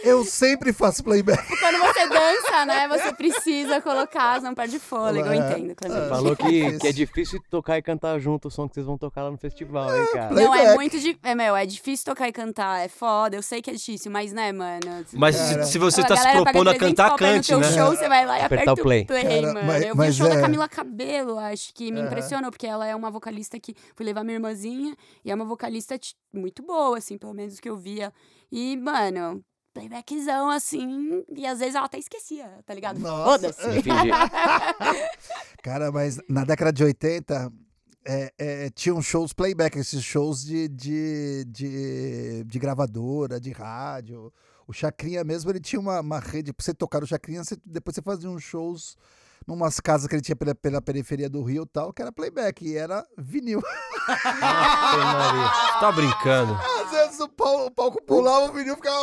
Speaker 2: Eu sempre faço playback.
Speaker 3: Quando você dança, né? Você precisa colocar as par de fôlego. Eu
Speaker 2: É.
Speaker 3: entendo, Clemente.
Speaker 5: Falou que,
Speaker 2: difícil.
Speaker 5: que é difícil tocar e cantar junto o som que vocês vão tocar lá no festival, hein, cara?
Speaker 2: play-
Speaker 3: Não, é
Speaker 2: Playback.
Speaker 3: muito difícil. É, meu, é difícil tocar e cantar. É foda. Eu sei que é difícil, mas, né, mano?
Speaker 1: Mas
Speaker 4: É.
Speaker 2: Cara.
Speaker 1: se, se você
Speaker 3: A
Speaker 1: tá se
Speaker 3: galera paga
Speaker 1: propondo a
Speaker 3: 300
Speaker 1: cantar,
Speaker 3: pau pra ir
Speaker 1: cante,
Speaker 3: no
Speaker 1: né?
Speaker 3: teu show, você vai lá e
Speaker 5: Apertar
Speaker 3: aperta
Speaker 5: o play.
Speaker 2: Cara,
Speaker 3: mano.
Speaker 2: mas-
Speaker 3: eu vi
Speaker 2: mas
Speaker 3: o show
Speaker 2: é-
Speaker 3: da Camila Cabelo, acho que me impressionou, porque ela é uma vocalista que fui levar minha irmãzinha e é uma vocalista ti- muito boa, assim, pelo menos o que eu via. E, mano, playbackzão, assim, e às vezes ela até esquecia, tá ligado?
Speaker 2: Nossa.
Speaker 3: Foda-se.
Speaker 5: Entendi.
Speaker 2: Cara, mas na década de 80 é, é, tinham shows playback, esses shows de, de, de, de gravadora, de rádio. O Chacrinha mesmo, ele tinha uma, uma rede. Pra você tocar o Chacrinha, você- depois você fazia uns shows numas casas que ele tinha pela, pela periferia do Rio e tal, que era playback, e era vinil.
Speaker 1: Ave Maria. Tá brincando.
Speaker 2: Às vezes o, pau- o palco pulava, o vinil ficava.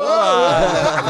Speaker 2: "Ah,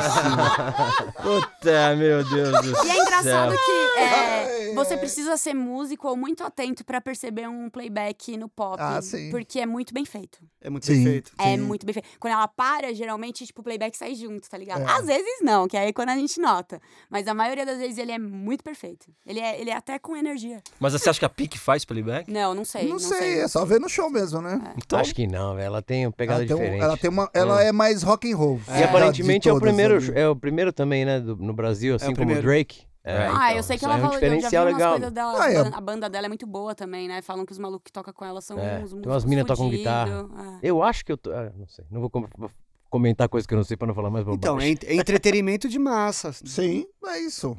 Speaker 1: Puta, meu Deus do céu.
Speaker 3: E é engraçado que é, você precisa ser músico ou muito atento pra perceber um playback no pop.
Speaker 2: Ah, sim.
Speaker 3: Porque é muito bem feito.
Speaker 4: É muito
Speaker 2: Sim.
Speaker 4: perfeito.
Speaker 3: É muito bem feito. Quando ela para, geralmente, tipo, o playback sai junto, tá ligado? Às vezes não, que aí é quando a gente nota. Mas a maioria das vezes ele é muito perfeito. Ele é, ele é até com energia.
Speaker 1: Mas você acha que a Pink faz playback?
Speaker 3: Não, não sei.
Speaker 2: Não, sei, é só ver no show mesmo, né?
Speaker 1: Então,
Speaker 5: Acho que não, velho. Ela tem uma pegada
Speaker 2: ela tem, um-
Speaker 5: diferente.
Speaker 2: ela tem uma. Ela é mais rock and roll.
Speaker 5: E
Speaker 2: de
Speaker 5: aparentemente é o
Speaker 2: todas É
Speaker 5: primeiro,
Speaker 2: ali.
Speaker 5: é o primeiro também, né, do- no Brasil, assim como o
Speaker 4: primeiro.
Speaker 5: Drake.
Speaker 1: Ah,
Speaker 3: Ah, eu sei que
Speaker 5: isso
Speaker 3: ela
Speaker 5: aí é
Speaker 3: falou, eu
Speaker 5: um
Speaker 3: já vi
Speaker 5: diferencial
Speaker 3: umas
Speaker 5: legal.
Speaker 3: coisas dela,
Speaker 2: Ah, é.
Speaker 3: a ban- a banda dela é muito boa também, né? Falam que os malucos que tocam com ela são
Speaker 5: É,
Speaker 3: uns
Speaker 5: tem
Speaker 3: músicos
Speaker 5: umas mina que tocam
Speaker 3: fudido,
Speaker 5: guitarra.
Speaker 3: é.
Speaker 5: Eu acho que eu tô, ah, não sei, não vou com- vou comentar coisa que eu não sei pra não falar mais bobagem.
Speaker 4: Então, é, en- é entretenimento de massa.
Speaker 2: Sim, é isso.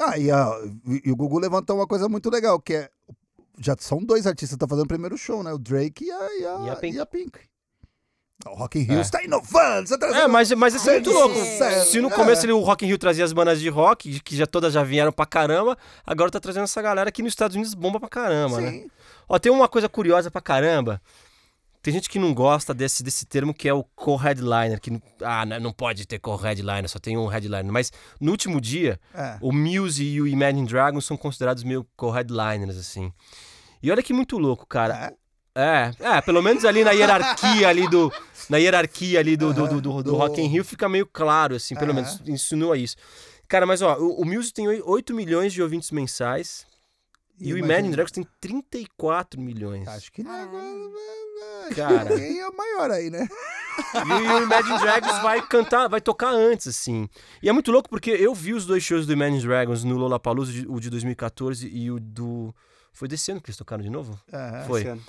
Speaker 2: Ah, e, a- e o Gugu levantou uma coisa muito legal, que é. Já são dois artistas que estão fazendo o primeiro show, né? O Drake e a, e a,
Speaker 5: E a Pink.
Speaker 2: e a Pink. O Rock in Rio está inovando, está trazendo...
Speaker 1: É, mas, mas isso é muito louco.
Speaker 2: Sim.
Speaker 1: Se no começo
Speaker 2: É.
Speaker 1: ele, o Rock in Rio trazia as bandas de rock, que já todas já vieram pra caramba, agora tá trazendo essa galera que nos Estados Unidos bomba pra caramba, né?
Speaker 2: Sim.
Speaker 1: Ó, tem uma coisa curiosa pra caramba. Tem gente que não gosta desse, desse termo que é o co-headliner, que não- ah, né, não pode ter co-headliner, só tem um headliner. Mas no último dia,
Speaker 2: É.
Speaker 1: o Muse e o Imagine Dragons são considerados meio co-headliners, assim. E olha que muito louco, cara. É, é, pelo menos ali na hierarquia ali do. Na hierarquia ali do, do, do, do- do
Speaker 2: do-
Speaker 1: Rock in Rio fica meio claro, assim, pelo
Speaker 2: Aham.
Speaker 1: menos insinua isso. Cara, mas ó, o, o Muse tem oi- 8 milhões de ouvintes mensais e, o Imagine Dragons tem 34 milhões.
Speaker 2: Acho que não. é-
Speaker 1: Cara.
Speaker 2: Quem é o maior aí, né?
Speaker 1: E o- e o Imagine Dragons vai cantar, vai tocar antes, assim. E é muito louco porque eu vi os dois shows do Imagine Dragons no Lollapalooza, de- o de 2014 e o do... Foi desse ano que eles tocaram de novo?
Speaker 2: Aham.
Speaker 1: Foi.
Speaker 4: Esse ano.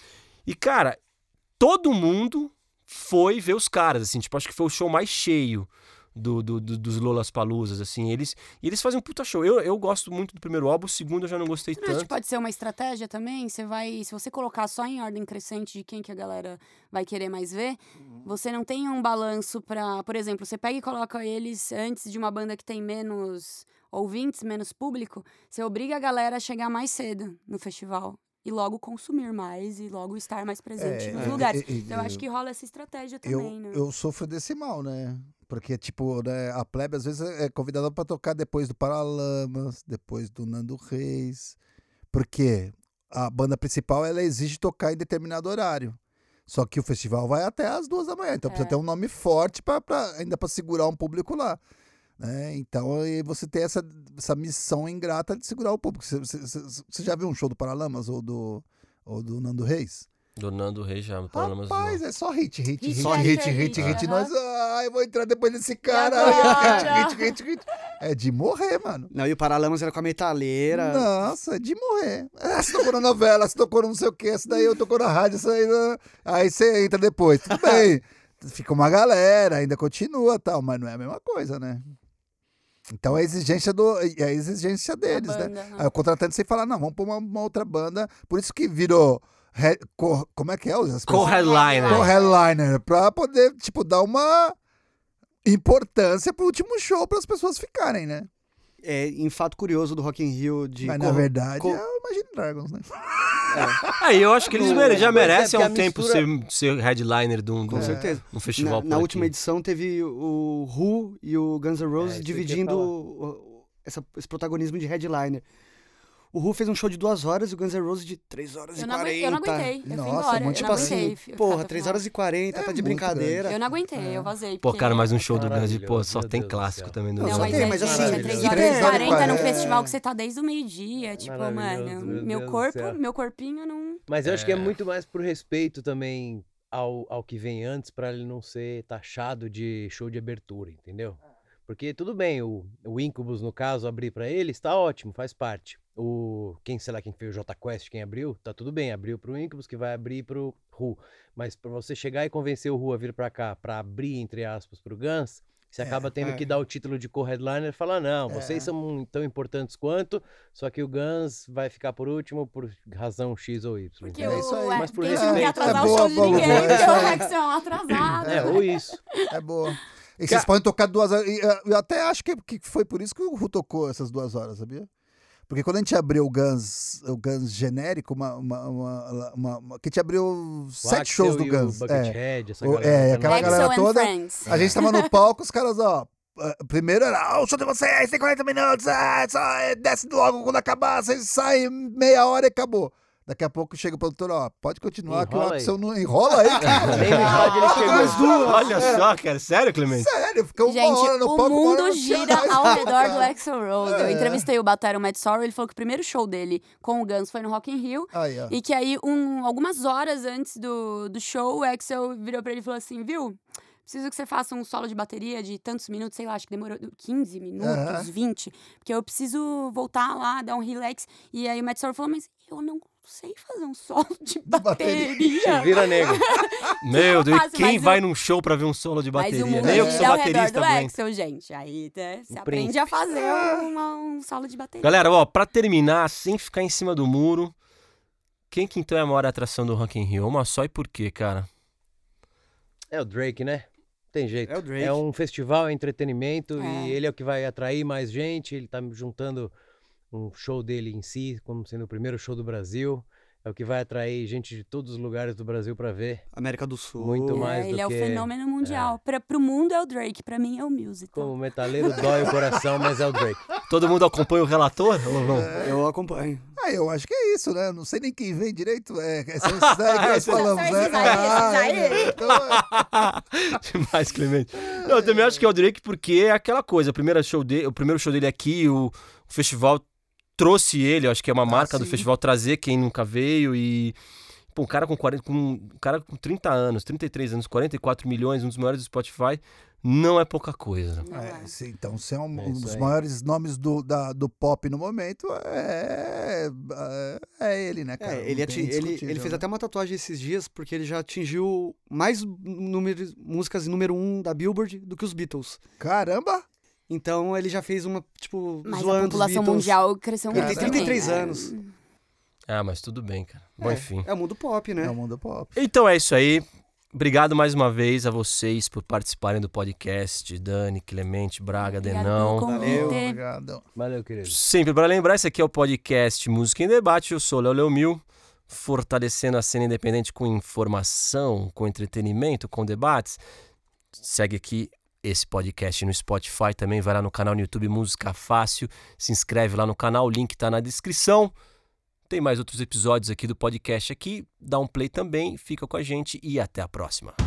Speaker 1: E, cara, todo mundo foi ver os caras, assim. Tipo, acho que foi o show mais cheio do, do, do- dos Lolas Palusas, assim. Eles, e eles fazem um puta show. Eu, eu gosto muito do primeiro álbum, o segundo eu já não gostei
Speaker 3: Não, acho que
Speaker 1: tanto.
Speaker 3: pode ser uma estratégia também. Você vai, se você colocar só em ordem crescente de quem que a galera vai querer mais ver,
Speaker 2: Uhum.
Speaker 3: você não tem um balanço pra. por exemplo, você pega e coloca eles antes de uma banda que tem menos ouvintes, menos público, você obriga a galera a chegar mais cedo no festival e logo consumir mais e logo estar mais presente
Speaker 2: É,
Speaker 3: nos
Speaker 2: é,
Speaker 3: lugares.
Speaker 2: é, é,
Speaker 3: então eu acho que rola essa estratégia
Speaker 2: Eu,
Speaker 3: também, né?
Speaker 2: eu sofro desse mal, né? Porque, tipo, né, a plebe às vezes é convidada pra tocar depois do Paralamas, depois do Nando Reis. Porque a banda principal, ela exige tocar em determinado horário. Só que o festival vai até as duas da manhã. Então
Speaker 3: É.
Speaker 2: precisa ter um nome forte pra, pra- ainda para segurar um público lá. Né? Então e você tem essa, essa missão ingrata de segurar o público. Você, você- você- você já viu um show do Paralamas ou do, ou do Nando Reis?
Speaker 1: Donando Rei já, Paralamas não.
Speaker 2: Rapaz, é só hit, hit, hit,
Speaker 3: Hit,
Speaker 2: hit,
Speaker 3: hit,
Speaker 2: hit,
Speaker 3: hit,
Speaker 2: hit,
Speaker 3: hit,
Speaker 2: hit.
Speaker 3: aham.
Speaker 2: Nós, ah, eu vou entrar depois desse cara.
Speaker 3: agora?
Speaker 2: hit, hit, hit, hit. É de morrer, mano.
Speaker 4: Não, e o Paralamas era com a metaleira.
Speaker 2: Nossa, é de morrer. Ah, você tocou na novela, você tocou no não sei o que, essa daí eu tocou na rádio, essa aí. né? Aí você entra depois, tudo bem. Fica uma galera, ainda continua tal, mas não é a mesma coisa, né? Então é a exigência do. É a exigência deles, né?
Speaker 3: banda, né?
Speaker 2: Aí o contratante sem falar, não, vamos pôr uma, uma outra banda. Por isso que virou. re- co- como é que é? As pessoas- com
Speaker 1: Co-headliner.
Speaker 2: headliner pra poder, tipo, dar uma importância pro último show para as pessoas ficarem, né?
Speaker 4: É, em fato curioso do Rock in Rio de
Speaker 2: Mas
Speaker 4: co-
Speaker 2: na verdade
Speaker 4: co-
Speaker 2: é o Imagine Dragons, né?
Speaker 1: Aí Ah, eu acho que eles mere- já
Speaker 4: Mas é
Speaker 1: merecem há um
Speaker 4: porque a
Speaker 1: tempo ser, ser headliner de um, de
Speaker 4: Com
Speaker 1: um-
Speaker 4: certeza.
Speaker 1: um festival
Speaker 4: na
Speaker 1: por
Speaker 4: na
Speaker 1: aqui.
Speaker 4: última edição teve o Who e o Guns N'
Speaker 5: É, isso
Speaker 4: Roses
Speaker 5: eu queria
Speaker 4: dividindo
Speaker 5: falar.
Speaker 4: o- o- essa- esse protagonismo de headliner. O Who fez um show de duas horas e o Guns N' Roses de três horas
Speaker 3: Eu
Speaker 4: e
Speaker 3: não aguentei,
Speaker 4: 40.
Speaker 3: eu não aguentei. Eu fui
Speaker 2: Nossa,
Speaker 3: embora.
Speaker 2: muito
Speaker 3: eu
Speaker 4: Tipo
Speaker 3: não
Speaker 4: assim,
Speaker 3: aguentei. ficar até
Speaker 4: porra,
Speaker 3: o
Speaker 4: três
Speaker 3: final.
Speaker 4: horas e
Speaker 2: É
Speaker 4: 40, tá de
Speaker 2: muito
Speaker 4: brincadeira.
Speaker 3: Eu não
Speaker 2: É.
Speaker 3: aguentei, eu vazei.
Speaker 1: Pô,
Speaker 3: porque-
Speaker 1: cara, mas um show do Guns,
Speaker 5: Maravilhoso,
Speaker 1: pô, só
Speaker 5: meu
Speaker 1: tem
Speaker 5: Deus do
Speaker 1: clássico
Speaker 5: céu.
Speaker 1: também do
Speaker 3: Não,
Speaker 1: Guns.
Speaker 4: Só
Speaker 3: mas,
Speaker 4: tem,
Speaker 3: é,
Speaker 4: mas
Speaker 3: gente,
Speaker 4: assim,
Speaker 3: é 3
Speaker 2: de três
Speaker 3: horas e
Speaker 2: horas e
Speaker 3: 40 num
Speaker 2: quarenta.
Speaker 3: festival que você tá desde o meio-dia. Tipo,
Speaker 5: Maravilhoso,
Speaker 3: mano,
Speaker 5: meu
Speaker 3: meu
Speaker 5: Deus do
Speaker 3: corpo,
Speaker 5: céu.
Speaker 3: meu corpinho não.
Speaker 5: Mas eu acho que é muito mais por respeito também ao, ao que vem antes, pra ele não ser taxado de show de abertura, entendeu? Porque tudo bem, o, o Incubus, no caso, abrir pra eles, tá ótimo, faz parte. O quem, sei lá, quem fez o Jota Quest, quem abriu, tá tudo bem, abriu pro Incubus, que vai abrir pro Ru. Mas pra você chegar e convencer o Ru a vir pra cá, pra abrir, entre aspas, pro Guns, você acaba tendo
Speaker 4: é.
Speaker 5: que dar o título de co-headliner e falar, não, vocês
Speaker 2: É.
Speaker 5: são tão importantes quanto, só que o Guns vai ficar por último por razão X ou Y.
Speaker 3: Porque
Speaker 5: entendeu?
Speaker 3: o.
Speaker 2: isso aí.
Speaker 3: é,
Speaker 5: Mas por
Speaker 3: porque a gente não
Speaker 5: respeito.
Speaker 3: quer
Speaker 2: É
Speaker 3: atrasar
Speaker 2: boa,
Speaker 3: o show de
Speaker 2: boa,
Speaker 3: ninguém,
Speaker 2: boa, é
Speaker 3: porque
Speaker 2: isso
Speaker 3: o
Speaker 2: aí.
Speaker 3: Rex é um atrasado.
Speaker 5: É, ou isso.
Speaker 2: É boa. E vocês podem tocar duas horas. e, eh, Eu até acho que, que foi por isso que o Ru tocou essas duas horas, sabia? Porque quando a gente abriu o Guns, o Guns genérico, uma, uma, uma, uma- uma- que a gente abriu
Speaker 5: O
Speaker 2: sete
Speaker 5: Axel
Speaker 2: shows do
Speaker 5: e o
Speaker 2: Guns. É.
Speaker 5: Buckethead, essa
Speaker 2: O-
Speaker 5: galera
Speaker 2: é,
Speaker 5: que tá
Speaker 2: aquela
Speaker 5: no-
Speaker 3: Axel
Speaker 2: galera
Speaker 3: and
Speaker 2: toda-
Speaker 3: Friends.
Speaker 2: A gente tava no palco, os caras, ó. eh, Primeiro era, ah, o show de vocês tem 40 minutos, ah, só, eh, desce logo quando acabar, vocês saem meia hora e acabou. Daqui a pouco chega o produtor, ó, pode continuar que
Speaker 5: Enrola
Speaker 2: o
Speaker 5: aí.
Speaker 2: Axel não enrola aí, cara.
Speaker 5: Nem lembrar de ele chegou.
Speaker 1: Olha
Speaker 4: É.
Speaker 1: só, cara, sério, Clemente?
Speaker 2: Sério, fica uma hora
Speaker 3: Gente,
Speaker 2: no
Speaker 3: o
Speaker 2: palco, uma hora no
Speaker 3: mundo
Speaker 2: chão.
Speaker 3: gira ao redor do Axel Rose. Eu entrevistei o Batero Matt Sorrow, ele falou que o primeiro show dele com o Guns foi no Rock in Rio.
Speaker 2: Aí, ó.
Speaker 3: E que aí, um- algumas horas antes do, do show, o Axel virou pra ele e falou assim, viu? Preciso que você faça um solo de bateria de tantos minutos, sei lá, acho que demorou 15 minutos,
Speaker 2: Aham.
Speaker 3: 20. Porque eu preciso voltar lá, dar um relax. E aí o Matt Sorrow falou, mas eu não sei fazer um solo de
Speaker 2: bateria.
Speaker 3: bateria.
Speaker 5: Vira nego.
Speaker 1: Meu Deus,
Speaker 3: faço,
Speaker 1: quem
Speaker 3: mas
Speaker 1: vai
Speaker 3: eu-
Speaker 1: num show pra ver um solo de
Speaker 3: Mas
Speaker 1: bateria?
Speaker 3: o mundo
Speaker 1: Nem eu que sou
Speaker 3: gira ao redor
Speaker 1: baterista, Um
Speaker 3: do
Speaker 4: é?
Speaker 1: aguento.
Speaker 3: Axel, gente. Aí né, você
Speaker 5: O
Speaker 3: aprende a fazer
Speaker 2: Ah.
Speaker 3: uma- um solo de bateria.
Speaker 1: Galera, ó, pra terminar, sem ficar em cima do muro, quem que então é a maior atração do Rock in Rio? Uma só e por quê, cara?
Speaker 5: É o Drake, né? Tem jeito.
Speaker 4: É o Drake.
Speaker 5: É um festival, é entretenimento
Speaker 7: É.
Speaker 5: e ele é o que vai atrair mais gente. Ele tá juntando um show dele em si, como sendo o primeiro show do Brasil. É o que vai atrair gente de todos os lugares do Brasil pra ver.
Speaker 4: América do Sul.
Speaker 5: Muito mais.
Speaker 7: é,
Speaker 5: do
Speaker 7: ele é o
Speaker 5: que-
Speaker 7: fenômeno mundial. Pra, pro mundo é o Drake, pra mim é o musical.
Speaker 5: Como metaleiro dói o coração, mas é o Drake.
Speaker 1: Todo mundo acompanha o relator? Lovão?
Speaker 4: É. Eu acompanho.
Speaker 2: Ah, eu acho que é isso, né? Não sei nem quem vem direito. É, são esses aí que nós
Speaker 7: São- são
Speaker 2: falamos, né?
Speaker 7: tá esses aí, esses aí.
Speaker 2: é, então, é.
Speaker 1: Demais, Clemente. Não, eu também acho que é o Drake porque é aquela coisa. O primeiro show dele, o primeiro show dele aqui, o, o festival trouxe ele. eu acho que é uma marca do
Speaker 2: sim.
Speaker 1: festival trazer quem nunca veio e... Pô, um cara com 40, com, um cara com 30 anos, 33 anos, 44 milhões, um dos maiores do Spotify, não é pouca coisa.
Speaker 3: Um
Speaker 7: Não é.
Speaker 2: É, sim, então, você é um,
Speaker 5: É
Speaker 2: um
Speaker 5: isso
Speaker 2: dos
Speaker 5: aí.
Speaker 2: maiores nomes do, da- do pop no momento. É, é, é ele, né,
Speaker 4: É, né?
Speaker 2: cara?
Speaker 4: ele, ati- ele- ele fez até uma tatuagem esses dias, porque ele já atingiu mais números, músicas número um da Billboard do que os Beatles.
Speaker 2: né? Caramba!
Speaker 4: Então ele já fez uma, tipo,
Speaker 7: Mas a
Speaker 4: zoando os
Speaker 7: população
Speaker 4: Beatles.
Speaker 7: mundial cresceu
Speaker 4: Ele
Speaker 7: muito.
Speaker 4: tem
Speaker 2: Caramba.
Speaker 7: também,
Speaker 4: 33
Speaker 7: né?
Speaker 4: anos.
Speaker 1: Ah, mas tudo bem, cara. Bom,
Speaker 4: É,
Speaker 1: enfim.
Speaker 4: É o mundo pop, né?
Speaker 2: É o mundo pop.
Speaker 1: Então é isso aí. Obrigado mais uma vez a vocês por participarem do podcast. Dani, Clemente, Braga,
Speaker 7: Obrigada
Speaker 1: Denão.
Speaker 7: pelo
Speaker 4: Valeu.
Speaker 7: convite.
Speaker 2: Obrigado.
Speaker 5: Valeu, querido.
Speaker 1: Sempre para lembrar, esse aqui é o podcast Música em Debate. Eu sou Léo Leomil, fortalecendo a cena independente com informação, com entretenimento, com debates. Segue aqui esse podcast no Spotify também, vai lá no canal no YouTube Música Fácil, se inscreve lá no canal, o link tá na descrição. Tem mais outros episódios aqui do podcast aqui, dá um play também, fica com a gente e até a próxima.